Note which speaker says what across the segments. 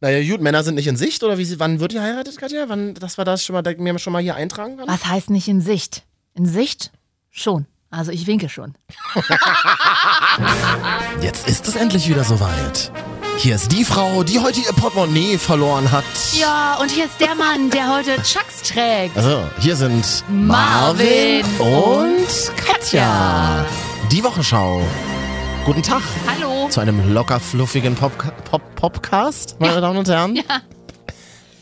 Speaker 1: Naja, gut, Männer sind nicht in Sicht, oder wie sie, wann wird ihr heiratet, Katja? Wann, dass wir das schon mal, mir schon mal hier eintragen können?
Speaker 2: Was heißt nicht in Sicht? In Sicht? Schon. Also ich winke schon.
Speaker 1: Jetzt ist es endlich wieder soweit. Hier ist die Frau, die heute ihr Portemonnaie verloren hat.
Speaker 2: Ja, und hier ist der Mann, der heute Chucks trägt.
Speaker 1: Also, hier sind Marvin, und Katja. Die Wochenschau. Guten Tag.
Speaker 2: Hallo.
Speaker 1: Zu einem locker fluffigen Popca- Pop Popcast, meine Damen und Herren. Ja.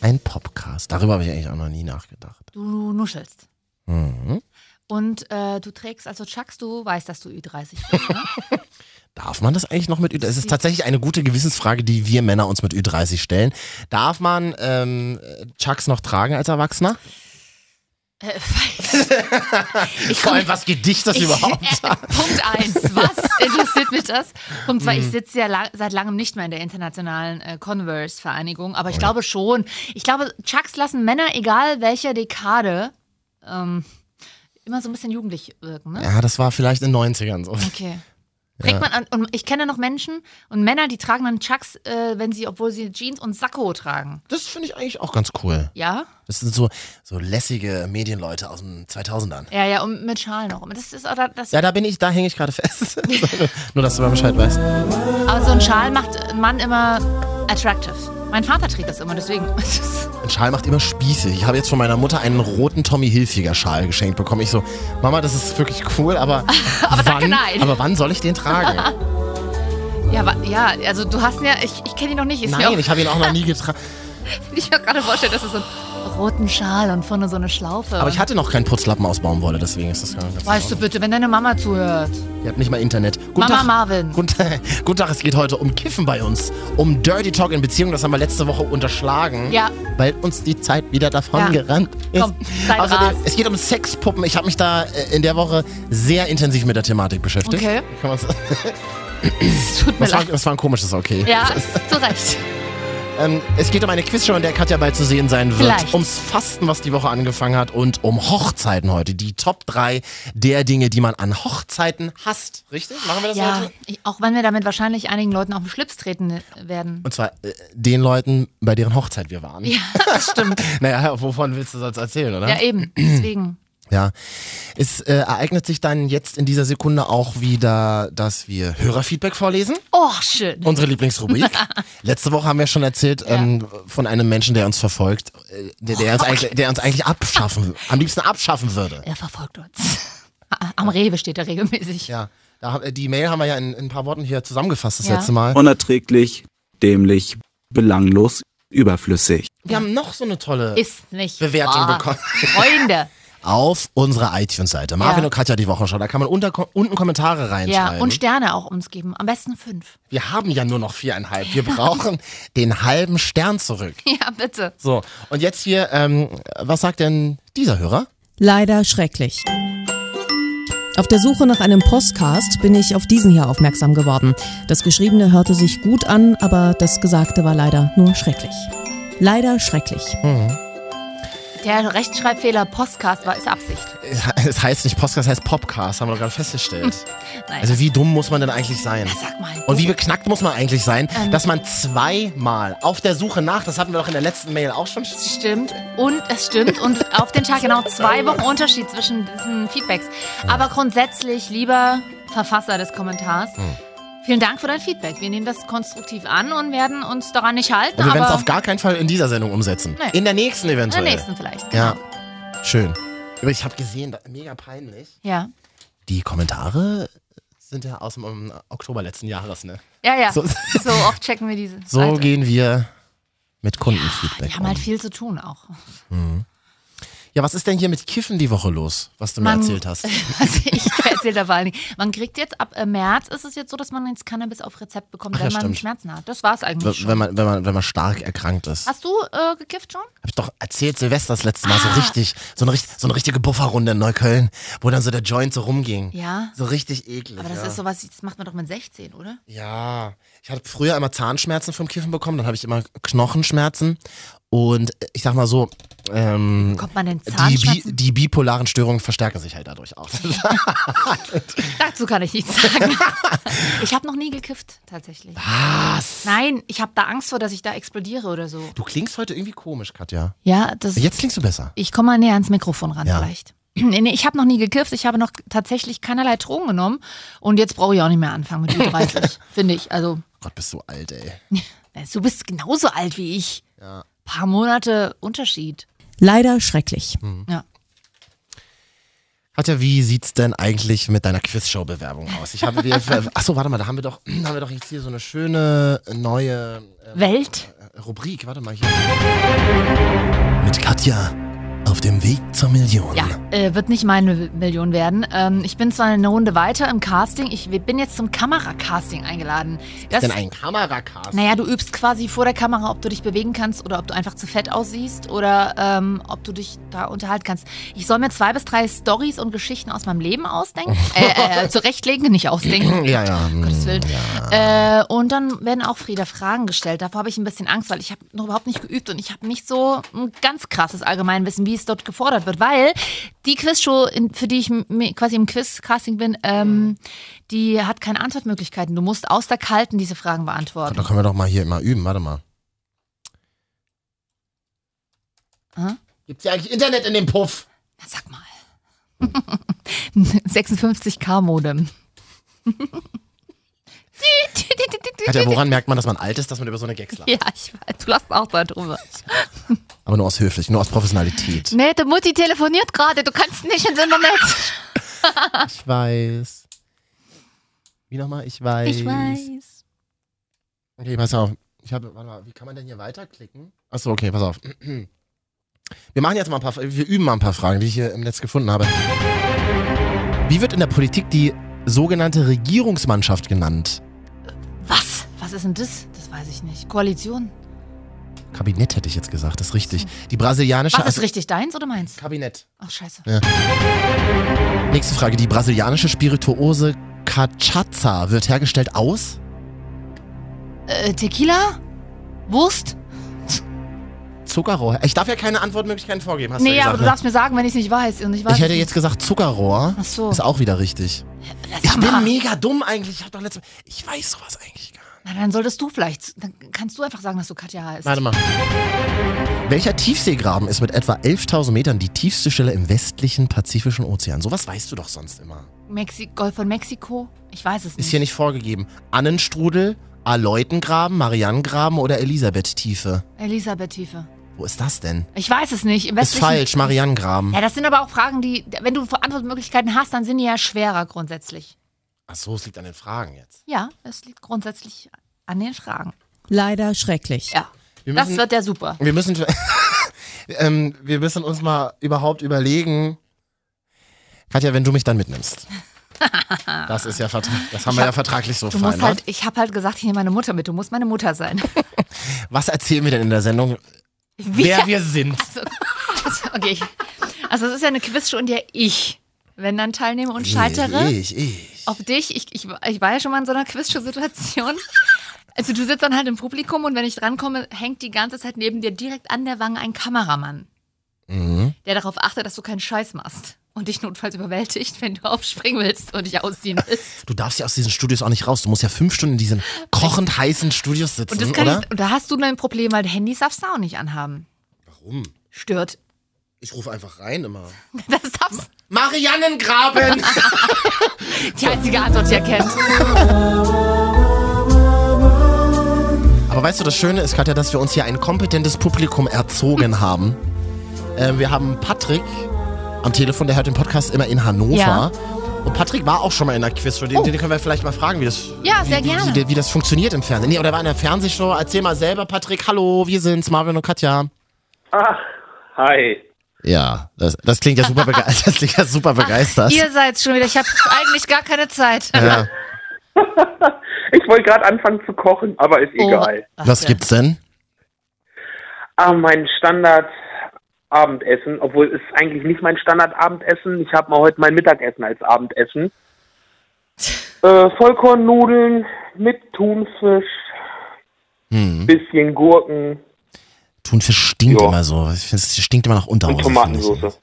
Speaker 1: Ein Popcast. Darüber habe ich eigentlich auch noch nie nachgedacht.
Speaker 2: Du nuschelst. Und äh, du trägst also Chucks, du weißt, dass du Ü30 bist. Ne?
Speaker 1: Darf man das eigentlich noch mit Ü30? Es ist tatsächlich eine gute Gewissensfrage, die wir Männer uns mit Ü30 stellen. Darf man ähm, Chucks noch tragen als Erwachsener?
Speaker 2: äh, weiß. ich
Speaker 1: Vor
Speaker 2: komm-
Speaker 1: allem, was geht dich das überhaupt?
Speaker 2: Punkt eins. Was interessiert mich das? Punkt zwei. Ich sitze ja la seit langem nicht mehr in der internationalen äh, Converse-Vereinigung, aber ich glaube schon. Ich glaube, Chucks lassen Männer, egal welcher Dekade, ähm, immer so ein bisschen jugendlich wirken. Ne?
Speaker 1: Ja, das war vielleicht in den 90ern so.
Speaker 2: Okay. Trägt man an, und ich kenne noch Menschen und Männer, die tragen dann Chucks, äh, wenn sie, obwohl sie Jeans und Sakko tragen.
Speaker 1: Das finde ich eigentlich auch ganz cool.
Speaker 2: Ja?
Speaker 1: Das sind so, so lässige Medienleute aus den 2000ern.
Speaker 2: Ja, ja, und mit Schalen noch. Das ist, oder, das,
Speaker 1: Ja, da bin ich, da hänge ich gerade fest. Nur, dass du mal Bescheid weißt.
Speaker 2: Aber so ein Schal macht einen Mann immer attractive. Mein Vater trägt das immer, deswegen.
Speaker 1: Ein Schal macht immer Spieße. Ich habe jetzt von meiner Mutter einen roten Tommy Hilfiger Schal geschenkt bekommen. Ich so, Mama, das ist wirklich cool, aber,
Speaker 2: danke,
Speaker 1: wann,
Speaker 2: nein.
Speaker 1: aber wann soll ich den tragen?
Speaker 2: Ja, wa- ja, also du hast ihn ja, ich, ich kenne ihn noch nicht. Ist
Speaker 1: nein,
Speaker 2: mir
Speaker 1: ich habe ihn auch noch nie getragen.
Speaker 2: auch, ich mir gerade vorstellen, dass es so einen roten Schal und vorne so eine Schlaufe.
Speaker 1: Aber ich hatte noch keinen Putzlappen aus Baumwolle, deswegen ist das gar nicht.
Speaker 2: Weißt du bitte, wenn deine Mama zuhört.
Speaker 1: Ihr habt nicht mal Internet. Guten
Speaker 2: Mama
Speaker 1: Tag.
Speaker 2: Marvin.
Speaker 1: Guten, Tag. Guten Tag, es geht heute um Kiffen bei uns. Um Dirty Talk in Beziehung, das haben wir letzte Woche unterschlagen.
Speaker 2: Ja.
Speaker 1: Weil uns die Zeit wieder davon
Speaker 2: Ja.
Speaker 1: gerannt ist.
Speaker 2: Komm, sei brav.
Speaker 1: es geht um Sexpuppen. Ich habe mich da äh, in der Woche sehr intensiv mit der Thematik beschäftigt.
Speaker 2: Okay.
Speaker 1: Kann man's-
Speaker 2: Es tut mir
Speaker 1: Das war,
Speaker 2: leid.
Speaker 1: das war ein komisches Okay.
Speaker 2: Ja, zu Recht.
Speaker 1: Ähm, es geht um eine Quizshow, in der Katja bald zu sehen sein wird.
Speaker 2: Vielleicht.
Speaker 1: Ums Fasten, was die Woche angefangen hat und um Hochzeiten heute. Die Top 3 der Dinge, die man an Hochzeiten hasst. Richtig? Machen wir das
Speaker 2: Ja,
Speaker 1: heute?
Speaker 2: ich, auch wenn wir damit wahrscheinlich einigen Leuten auf den Schlips treten werden.
Speaker 1: Und zwar äh, den Leuten, bei deren Hochzeit wir waren.
Speaker 2: Ja, das stimmt.
Speaker 1: Naja, wovon willst du sonst erzählen, oder?
Speaker 2: Ja, eben. Deswegen.
Speaker 1: Ja. Es äh, ereignet sich dann jetzt in dieser Sekunde auch wieder, dass wir Hörerfeedback vorlesen.
Speaker 2: Oh, schön.
Speaker 1: Unsere Lieblingsrubrik. Letzte Woche haben wir schon erzählt ähm, von einem Menschen, der uns verfolgt, äh, der, der,
Speaker 2: Oh
Speaker 1: uns eigentlich, der uns eigentlich abschaffen, am liebsten abschaffen würde.
Speaker 2: Er verfolgt uns. Am Rewe steht er regelmäßig.
Speaker 1: Ja, da, hab- äh, die Mail haben wir ja in, in ein paar Worten hier zusammengefasst das
Speaker 2: Ja.
Speaker 1: letzte Mal.
Speaker 3: unerträglich, dämlich, belanglos, überflüssig.
Speaker 1: Wir haben noch so eine tolle
Speaker 2: Ist nicht.
Speaker 1: Bewertung
Speaker 2: wahr.
Speaker 1: bekommen.
Speaker 2: Freunde.
Speaker 1: auf unserer iTunes-Seite. Marvin
Speaker 2: Ja.
Speaker 1: und Katja die Woche schon. Da kann man unter, unten Kommentare reinschreiben.
Speaker 2: Ja, und Sterne auch uns geben. Am besten fünf.
Speaker 1: wir haben ja nur noch viereinhalb. Wir brauchen den halben Stern zurück.
Speaker 2: Ja, bitte.
Speaker 1: So, und jetzt hier, ähm, was sagt denn dieser Hörer?
Speaker 4: Leider schrecklich. Auf der Suche nach einem Postcast bin ich auf diesen hier aufmerksam geworden. Das Geschriebene hörte sich gut an, aber das Gesagte war leider nur schrecklich. Leider schrecklich.
Speaker 2: Der Rechtschreibfehler Postcast war ist Absicht.
Speaker 1: Es heißt nicht Podcast, es heißt Popcast, haben wir doch gerade festgestellt.
Speaker 2: Naja.
Speaker 1: Also wie dumm muss man denn eigentlich sein?
Speaker 2: Sag mal.
Speaker 1: Und wie beknackt muss man eigentlich sein,
Speaker 2: Ähm.
Speaker 1: dass man zweimal auf der Suche nach, das hatten wir doch in der letzten Mail auch schon.
Speaker 2: Es stimmt und es stimmt und auf den Tag genau zwei Wochen Unterschied zwischen diesen Feedbacks. Aber grundsätzlich, lieber Verfasser des Kommentars,
Speaker 1: Hm.
Speaker 2: vielen Dank für dein Feedback. Wir nehmen das konstruktiv an und werden uns daran nicht halten,
Speaker 1: Und Also wir werden es
Speaker 2: aber
Speaker 1: auf gar keinen Fall in dieser Sendung umsetzen.
Speaker 2: Nee.
Speaker 1: In der nächsten
Speaker 2: in der
Speaker 1: eventuell.
Speaker 2: nächsten vielleicht. genau.
Speaker 1: Ja, schön. Übrigens, ich habe gesehen, da- mega peinlich.
Speaker 2: Ja.
Speaker 1: Die Kommentare sind ja aus dem ähm, Oktober letzten Jahres, ne?
Speaker 2: Ja, ja.
Speaker 1: So-
Speaker 2: So, oft checken wir diese.
Speaker 1: So
Speaker 2: Seite.
Speaker 1: gehen wir mit
Speaker 2: Wir
Speaker 1: Kundenfeedback
Speaker 2: haben
Speaker 1: um.
Speaker 2: halt viel zu tun auch.
Speaker 1: Ja, was ist denn hier mit Kiffen die Woche los, was du mir
Speaker 2: Man-
Speaker 1: erzählt hast?
Speaker 2: Was ich erzählt habe, vor allen Dingen. Man kriegt jetzt ab äh, März ist es jetzt so, dass man jetzt Cannabis auf Rezept bekommt,
Speaker 1: Ach ja,
Speaker 2: wenn man
Speaker 1: stimmt.
Speaker 2: Schmerzen hat. Das war es eigentlich
Speaker 1: W-
Speaker 2: schon.
Speaker 1: wenn, man, wenn, man, wenn man stark erkrankt ist. Hab
Speaker 2: Hast du äh, gekifft schon?
Speaker 1: ich doch erzählt, Silvester das letzte Mal,
Speaker 2: Ah.
Speaker 1: so richtig, so eine, richt- so eine richtige Bufferrunde in Neukölln, wo dann so der Joint so rumging.
Speaker 2: Ja.
Speaker 1: So richtig eklig.
Speaker 2: Aber das
Speaker 1: ja.
Speaker 2: ist sowas, das macht man doch mit 16, oder?
Speaker 1: Ja, ich hatte früher immer Zahnschmerzen vom Kiffen bekommen, dann habe ich immer Knochenschmerzen Und äh, ich sag mal so, ähm,
Speaker 2: Kommt man den
Speaker 1: die, bi
Speaker 2: Zahnschmerzen?
Speaker 1: die bipolaren Störungen verstärken sich halt dadurch auch.
Speaker 2: Dazu kann ich nichts sagen. ich habe noch nie gekifft, tatsächlich.
Speaker 1: Was?
Speaker 2: Nein, ich habe da Angst vor, dass ich da explodiere oder so.
Speaker 1: Du klingst heute irgendwie komisch, Katja.
Speaker 2: Ja, das.
Speaker 1: Jetzt klingst du besser.
Speaker 2: Ich komme mal näher ans Mikrofon ran
Speaker 1: Ja.
Speaker 2: vielleicht. Nee, nee, ich habe noch nie gekifft, ich habe noch tatsächlich keinerlei Drogen genommen und jetzt brauche ich auch nicht mehr anfangen mit Ü30, finde ich. Also, äh,
Speaker 1: Gott, bist du alt, ey.
Speaker 2: du bist genauso alt wie ich. Paar Monate Unterschied.
Speaker 4: Leider schrecklich.
Speaker 1: Mhm.
Speaker 2: Ja.
Speaker 1: Katja, wie sieht's denn eigentlich mit deiner Quizshow-Bewerbung aus? Ich habe wir, achso, warte mal, da haben wir doch, haben wir doch jetzt hier so eine schöne neue ähm,
Speaker 2: Welt?
Speaker 1: Rubrik, warte mal hier. Mit Katja auf dem Weg zur Million.
Speaker 2: Ja, äh, wird nicht meine Million werden. Ähm, ich bin zwar eine Runde weiter im Casting, ich bin jetzt zum Kameracasting eingeladen. Das,
Speaker 1: Denn ein Kamerakast.
Speaker 2: naja, du übst quasi vor der Kamera, ob du dich bewegen kannst oder ob du einfach zu fett aussiehst oder ähm, ob du dich da unterhalten kannst. Ich soll mir zwei bis drei Stories und Geschichten aus meinem Leben ausdenken, äh, äh, zurechtlegen, nicht ausdenken.
Speaker 1: Ja, ja.
Speaker 2: Um Gottes
Speaker 1: hm,
Speaker 2: Willen.
Speaker 1: ja.
Speaker 2: Äh, und dann werden auch Frieda Fragen gestellt. Davor habe ich ein bisschen Angst, weil ich habe noch überhaupt nicht geübt und ich habe nicht so ein ganz krasses Allgemeinwissen, wie es dort gefordert wird, weil die Quizshow, in, für die ich m- mi- quasi im Quizcasting bin, ähm, die hat keine Antwortmöglichkeiten. Du musst aus der Kalten diese Fragen beantworten.
Speaker 1: Da können wir doch mal hier mal üben, warte mal.
Speaker 2: Aha.
Speaker 1: Gibt's ja eigentlich Internet in dem Puff?
Speaker 2: Na, sag mal. 56k Modem.
Speaker 1: Katja, woran merkt man, dass man alt ist, dass man über so eine Gags lacht?
Speaker 2: Ja, ich weiß, du lachst auch da drüber.
Speaker 1: Aber nur aus Höflich, nur aus Professionalität.
Speaker 2: Nee, der Mutti telefoniert gerade, du kannst nicht ins Internet.
Speaker 1: Ich weiß. Wie nochmal? Ich weiß. Okay, pass auf. Ich habe, warte mal, wie kann man denn hier weiterklicken? Achso, okay, pass auf. Wir machen jetzt mal ein paar, wir üben mal ein paar Fragen, die ich hier im Netz gefunden habe. Wie wird in der Politik die sogenannte Regierungsmannschaft genannt?
Speaker 2: Was? Was ist denn das? Das weiß ich nicht. Koalition?
Speaker 1: Kabinett hätte ich jetzt gesagt, das ist richtig. Die brasilianische.
Speaker 2: Was ist
Speaker 1: also-
Speaker 2: richtig, deins oder meins?
Speaker 1: Kabinett.
Speaker 2: Ach, scheiße.
Speaker 1: Nächste Frage. Die brasilianische Spirituose Cachaça wird hergestellt aus
Speaker 2: Äh, Tequila? Wurst?
Speaker 1: Zuckerrohr. Ich darf ja keine Antwortmöglichkeiten vorgeben, hast du
Speaker 2: nee,
Speaker 1: ja
Speaker 2: aber du
Speaker 1: gesagt. ne?
Speaker 2: darfst mir sagen, wenn ich es nicht weiß. Und ich weiß
Speaker 1: ich hätte
Speaker 2: es
Speaker 1: jetzt gesagt Zuckerrohr.
Speaker 2: Ach so.
Speaker 1: Ist auch wieder richtig.
Speaker 2: nicht.
Speaker 1: Ich
Speaker 2: Sag mal.
Speaker 1: bin mega dumm eigentlich. Ich hab doch letztes Ich weiß sowas eigentlich gar nicht.
Speaker 2: Na, dann solltest du vielleicht. Dann kannst du einfach sagen, dass du Katja heißt.
Speaker 1: Warte mal. Welcher Tiefseegraben ist mit etwa 11.000 Metern die tiefste Stelle im westlichen Pazifischen Ozean? Sowas weißt du doch sonst immer.
Speaker 2: Mexi Golf von Mexiko? Ich weiß es nicht.
Speaker 1: Ist hier nicht vorgegeben. Annenstrudel, Aleutengraben, Marianengraben oder Elisabeth-Tiefe?
Speaker 2: Elisabeth-Tiefe.
Speaker 1: Wo ist das denn?
Speaker 2: Ich weiß es nicht. Im
Speaker 1: Ist
Speaker 2: westlichen-
Speaker 1: falsch, Marianengraben.
Speaker 2: Ja, das sind aber auch Fragen, die, wenn du Antwortmöglichkeiten hast, dann sind die ja schwerer grundsätzlich.
Speaker 1: Ach so, es liegt an den Fragen jetzt.
Speaker 2: Ja, es liegt grundsätzlich an den Fragen.
Speaker 4: Leider schrecklich.
Speaker 2: Ja.
Speaker 1: Wir
Speaker 2: Das
Speaker 1: müssen-
Speaker 2: wird ja super.
Speaker 1: Wir müssen, ähm, wir müssen uns mal überhaupt überlegen. Katja, wenn du mich dann mitnimmst. Das ist ja vertra das haben wir ja vertraglich so
Speaker 2: Du musst
Speaker 1: vereinbart.
Speaker 2: halt, ich habe halt gesagt, ich nehme meine Mutter mit. Du musst meine Mutter sein. halt
Speaker 1: Was erzählen wir denn in der Sendung, wer wir sind?
Speaker 2: Okay. Also es ist ja eine Quizshow, in der ich, wenn dann teilnehme und scheitere,
Speaker 1: Ich, ich.
Speaker 2: auf dich. Ich, ich, ich war ja schon mal in so einer Quizshow-Situation. Also du sitzt dann halt im Publikum und wenn ich drankomme, hängt die ganze Zeit neben dir direkt an der Wange ein Kameramann,
Speaker 1: Mhm.
Speaker 2: der darauf achtet, dass du keinen Scheiß machst und dich notfalls überwältigt, wenn du aufspringen willst und dich ausziehen willst.
Speaker 1: Du darfst ja aus diesen Studios auch nicht raus. Du musst ja fünf Stunden in diesen kochend heißen Studios sitzen,
Speaker 2: Und, das kann
Speaker 1: oder?
Speaker 2: ich, und da hast du ein Problem, weil Handys darfst du auch nicht anhaben.
Speaker 1: Warum?
Speaker 2: Stört.
Speaker 1: Ich rufe einfach rein immer.
Speaker 2: Das darfst
Speaker 1: Mariannengraben!
Speaker 2: die einzige Antwort, die er kennt.
Speaker 1: Aber weißt du, das Schöne ist, Katja, dass wir uns hier ein kompetentes Publikum erzogen haben. Ähm, wir haben Patrick am Telefon, der hört den Podcast immer in Hannover.
Speaker 2: Ja. Oh.
Speaker 1: Und Patrick war auch schon mal in der Quizshow. Den, den können wir vielleicht mal fragen, wie das,
Speaker 2: Ja, sehr
Speaker 1: wie,
Speaker 2: gerne.
Speaker 1: Wie, wie das funktioniert im Fernsehen. Nee, oder war in der Fernsehshow. Erzähl mal selber, Patrick. Hallo, wir sind's, Marvin und Katja.
Speaker 5: Ach, hi.
Speaker 1: Ja, das, das klingt ja super, bege das klingt ja super begeistert.
Speaker 2: Ihr seid schon wieder. Ich habe eigentlich gar keine Zeit.
Speaker 1: ja.
Speaker 5: Ich wollte gerade anfangen zu kochen, aber ist egal.
Speaker 2: Oh,
Speaker 1: Was
Speaker 2: ja.
Speaker 1: gibt's denn?
Speaker 5: Ah, mein Standardabendessen, obwohl es ist eigentlich nicht mein Standardabendessen. Ich habe mal heute mein Mittagessen als Abendessen. Äh,
Speaker 1: Hm.
Speaker 5: Vollkornnudeln mit Thunfisch, bisschen Gurken,
Speaker 1: Thunfisch stinkt
Speaker 5: Ja.
Speaker 1: immer so. Ich finde, es stinkt immer nach Unterhose.
Speaker 5: Und
Speaker 1: Oh, finde ich.
Speaker 5: Tomatensauce.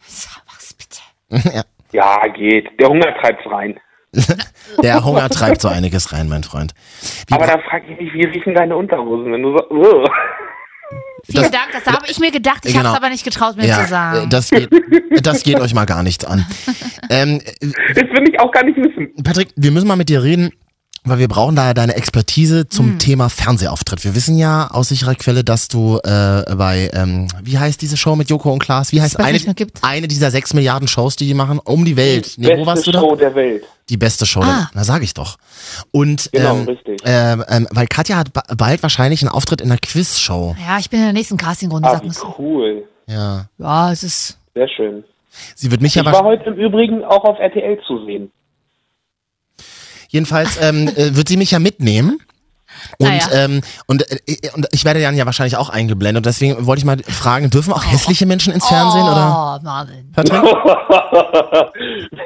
Speaker 2: Was bitte?
Speaker 1: ja.
Speaker 5: Ja, geht. Der Hunger treibt's rein.
Speaker 1: Der Hunger treibt so einiges rein, mein Freund. Wie,
Speaker 5: Aber da frage ich mich, wie riechen deine Unterhosen, wenn du so. Ugh.
Speaker 2: Vielen
Speaker 1: Das-
Speaker 2: Dank, das habe ich mir gedacht. Ich
Speaker 1: Genau.
Speaker 2: habe es aber nicht getraut, mir
Speaker 1: ja,
Speaker 2: zu sagen.
Speaker 1: äh, das geht, das geht euch mal gar nichts an. ähm, äh,
Speaker 5: Das will ich auch gar nicht wissen.
Speaker 1: Patrick, wir müssen mal mit dir reden, weil wir brauchen da deine Expertise zum
Speaker 2: Hm.
Speaker 1: Thema Fernsehauftritt. Wir wissen ja aus sicherer Quelle, dass du äh, bei, ähm, wie heißt diese Show mit Joko und Klaas? Wie heißt
Speaker 2: was
Speaker 1: eine,
Speaker 2: nicht mehr gibt.
Speaker 1: eine dieser sechs Milliarden Shows, die die machen? Um die Welt. Nee, wo warst du da?
Speaker 5: Show der Welt.
Speaker 1: Die beste Show.
Speaker 2: Ah.
Speaker 1: der- Na, sag ich doch. Und,
Speaker 5: Genau,
Speaker 1: ähm,
Speaker 5: richtig.
Speaker 1: ähm, ähm, weil Katja hat ba bald wahrscheinlich einen Auftritt in einer Quizshow.
Speaker 2: ja, ich bin in der nächsten Castingrunde.
Speaker 5: Ah,
Speaker 2: Sag
Speaker 5: wie
Speaker 2: mir's.
Speaker 5: cool.
Speaker 1: Ja.
Speaker 2: Ja, es ist.
Speaker 5: Sehr schön.
Speaker 1: Sie wird mich ja
Speaker 5: Ich war
Speaker 1: wahrscheinlich.
Speaker 5: heute im Übrigen auch auf RTL zu sehen.
Speaker 1: Jedenfalls ähm, äh, wird sie mich ja mitnehmen. Und,
Speaker 2: Naja.
Speaker 1: ähm, und, äh, und ich werde dann ja wahrscheinlich auch eingeblendet. Und deswegen wollte ich mal fragen, dürfen auch hässliche Menschen ins Fernsehen
Speaker 2: oh,
Speaker 1: oder?
Speaker 2: Marvin.
Speaker 1: Patrick?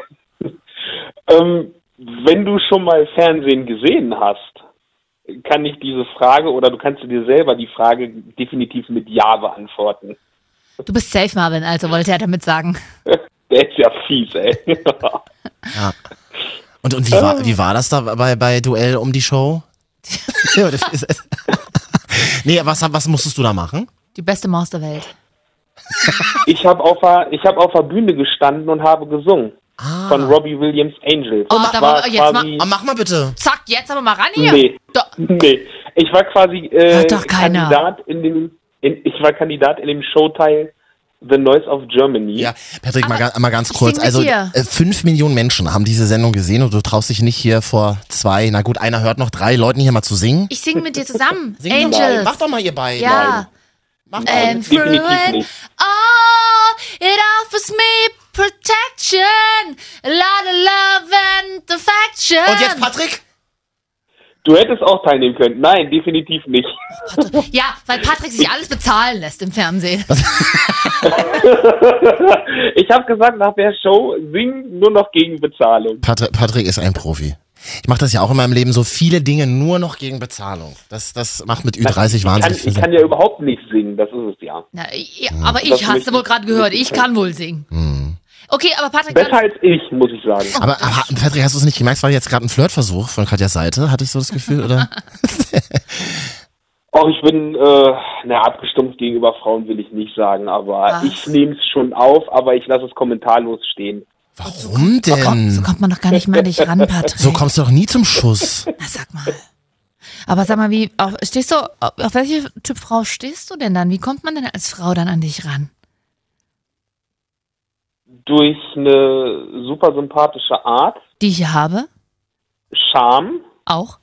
Speaker 5: ähm, wenn du schon mal Fernsehen gesehen hast, kann ich diese Frage oder du kannst dir selber die Frage definitiv mit Ja beantworten.
Speaker 2: Du bist safe, Marvin, also wollte er damit sagen.
Speaker 5: Der ist ja fies, ey.
Speaker 1: Und, und wie, war, wie war das da bei, bei Duell um die Show? Ja, das ist- nee, was, was musstest du da machen?
Speaker 2: Die beste Maus der Welt.
Speaker 5: ich habe auf, der- ich hab auf der Bühne gestanden und habe gesungen. Von Robbie Williams Angels.
Speaker 2: Ah. Oh, da war- jetzt
Speaker 5: quasi-
Speaker 1: Ah, mach mal bitte.
Speaker 2: Zack, jetzt aber mal ran hier.
Speaker 5: Nee.
Speaker 2: Da,
Speaker 5: Nee, ich war quasi äh,
Speaker 2: Hat doch keiner.
Speaker 5: Kandidat in dem in, ich war Kandidat in dem Showteil The Noise of Germany.
Speaker 1: Ja, Patrick, mal, ga- mal ganz
Speaker 2: ich
Speaker 1: kurz.
Speaker 2: sing mit
Speaker 1: Also,
Speaker 2: dir.
Speaker 1: äh, fünf Millionen Menschen haben diese Sendung gesehen und du traust dich nicht hier vor zwei, na gut, einer hört noch drei Leuten hier mal zu singen.
Speaker 2: ich singe mit dir zusammen.
Speaker 1: Sing doch mal.
Speaker 2: Angels.
Speaker 1: Mach doch mal ihr beiden.
Speaker 2: ja. Ähm,
Speaker 1: Mach doch.
Speaker 2: And through
Speaker 5: definitiv
Speaker 2: it
Speaker 5: nicht.
Speaker 2: all, it offers me protection, a lot of love and affection.
Speaker 1: Und jetzt Patrick?
Speaker 5: Du hättest auch teilnehmen können. Nein, definitiv nicht.
Speaker 2: Ja, weil Patrick sich alles bezahlen lässt im Fernsehen.
Speaker 5: Ich habe gesagt, nach der Show sing nur noch gegen Bezahlung.
Speaker 1: Patrick, Patrick ist ein Profi. Ich mache das ja auch in meinem Leben so viele Dinge nur noch gegen Bezahlung. Das, das macht mit Ü30
Speaker 5: ich, kann,
Speaker 1: wahnsinnig viel
Speaker 5: ich
Speaker 1: Sinn.
Speaker 5: kann ja überhaupt nicht singen, das ist es ja.
Speaker 2: Na, ja,
Speaker 1: Hm.
Speaker 2: aber
Speaker 5: Das
Speaker 2: ich hast du
Speaker 5: möchte-
Speaker 2: wohl gerade gehört, ich kann wohl singen. Okay, aber Patrick,
Speaker 5: Besser
Speaker 2: ganz,
Speaker 5: als ich, muss ich sagen.
Speaker 1: aber, aber Patrick, hast du es nicht gemerkt? Es war jetzt gerade ein Flirtversuch von Katjas Seite, hatte ich so das Gefühl, oder?
Speaker 5: Auch ich bin, äh, na, abgestumpft gegenüber Frauen will ich nicht sagen, aber
Speaker 2: Was?
Speaker 5: ich nehme es schon auf, aber ich lasse es kommentarlos stehen.
Speaker 1: Warum
Speaker 2: Oh, so
Speaker 5: Hm.
Speaker 1: denn?
Speaker 2: kommt man doch gar nicht mal an dich ran, Patrick.
Speaker 1: So kommst du doch nie zum Schuss.
Speaker 2: Na, sag mal. Aber sag mal, wie auf, stehst du auf, auf welche Typ Frau stehst du denn dann? Wie kommt man denn als Frau dann an dich ran?
Speaker 5: Durch eine super sympathische Art,
Speaker 2: Die ich hier habe,
Speaker 5: Charme
Speaker 2: auch.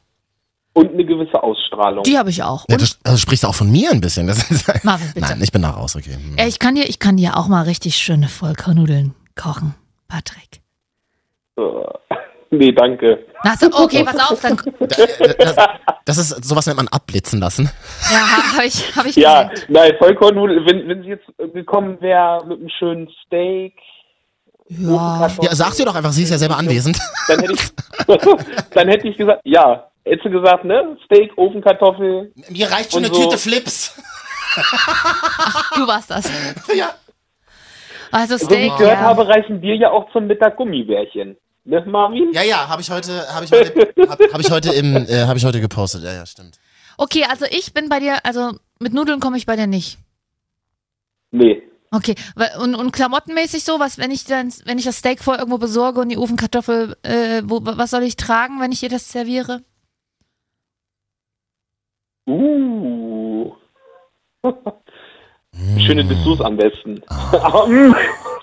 Speaker 5: und eine gewisse Ausstrahlung.
Speaker 2: Die habe ich auch.
Speaker 1: Ja,
Speaker 2: Und
Speaker 1: du also sprichst auch von mir ein bisschen. Das ist,
Speaker 2: Marvin, bitte.
Speaker 1: Nein, ich bin da raus, okay. Hm.
Speaker 2: Äh, ich kann dir, ich kann dir auch mal richtig schöne Vollkornnudeln kochen, Patrick.
Speaker 5: Äh, nee, danke.
Speaker 2: Na, so, okay, pass auf, dann
Speaker 1: Das, das ist, sowas nennt man abblitzen lassen.
Speaker 2: ja, habe ich, hab ich
Speaker 5: Ja,
Speaker 2: gesagt.
Speaker 5: nein, Vollkornnudeln, wenn, wenn sie jetzt äh, gekommen wäre mit einem schönen Steak,
Speaker 2: Ja.
Speaker 1: Ja, sag's dir doch einfach, sie ist ja selber anwesend.
Speaker 5: dann hätte ich, dann hätte ich gesagt, ja, hättest du gesagt, ne? Steak, Ofenkartoffel.
Speaker 1: Mir reicht schon
Speaker 5: Und
Speaker 1: eine
Speaker 5: so.
Speaker 1: Tüte Flips.
Speaker 2: Du warst das.
Speaker 1: Ja.
Speaker 2: Also
Speaker 5: So wie
Speaker 2: Steak,
Speaker 5: ich gehört
Speaker 2: ja.
Speaker 5: habe, reichen dir ja auch zum Mittag Gummibärchen. Ne, Marvin?
Speaker 1: Ja, ja, habe ich heute, habe ich heute, hab, hab ich heute im, äh, habe ich heute gepostet. Ja, ja, stimmt.
Speaker 2: Okay, also ich bin bei dir, also mit Nudeln komme ich bei dir nicht.
Speaker 5: Nee.
Speaker 2: Okay, weil- und, und klamottenmäßig so, was, wenn ich dann, wenn ich das Steak vorher irgendwo besorge und die Ofenkartoffel, äh, wo, was soll ich tragen, wenn ich ihr das serviere?
Speaker 5: Uh. Schöne Dessous am besten. Ähm,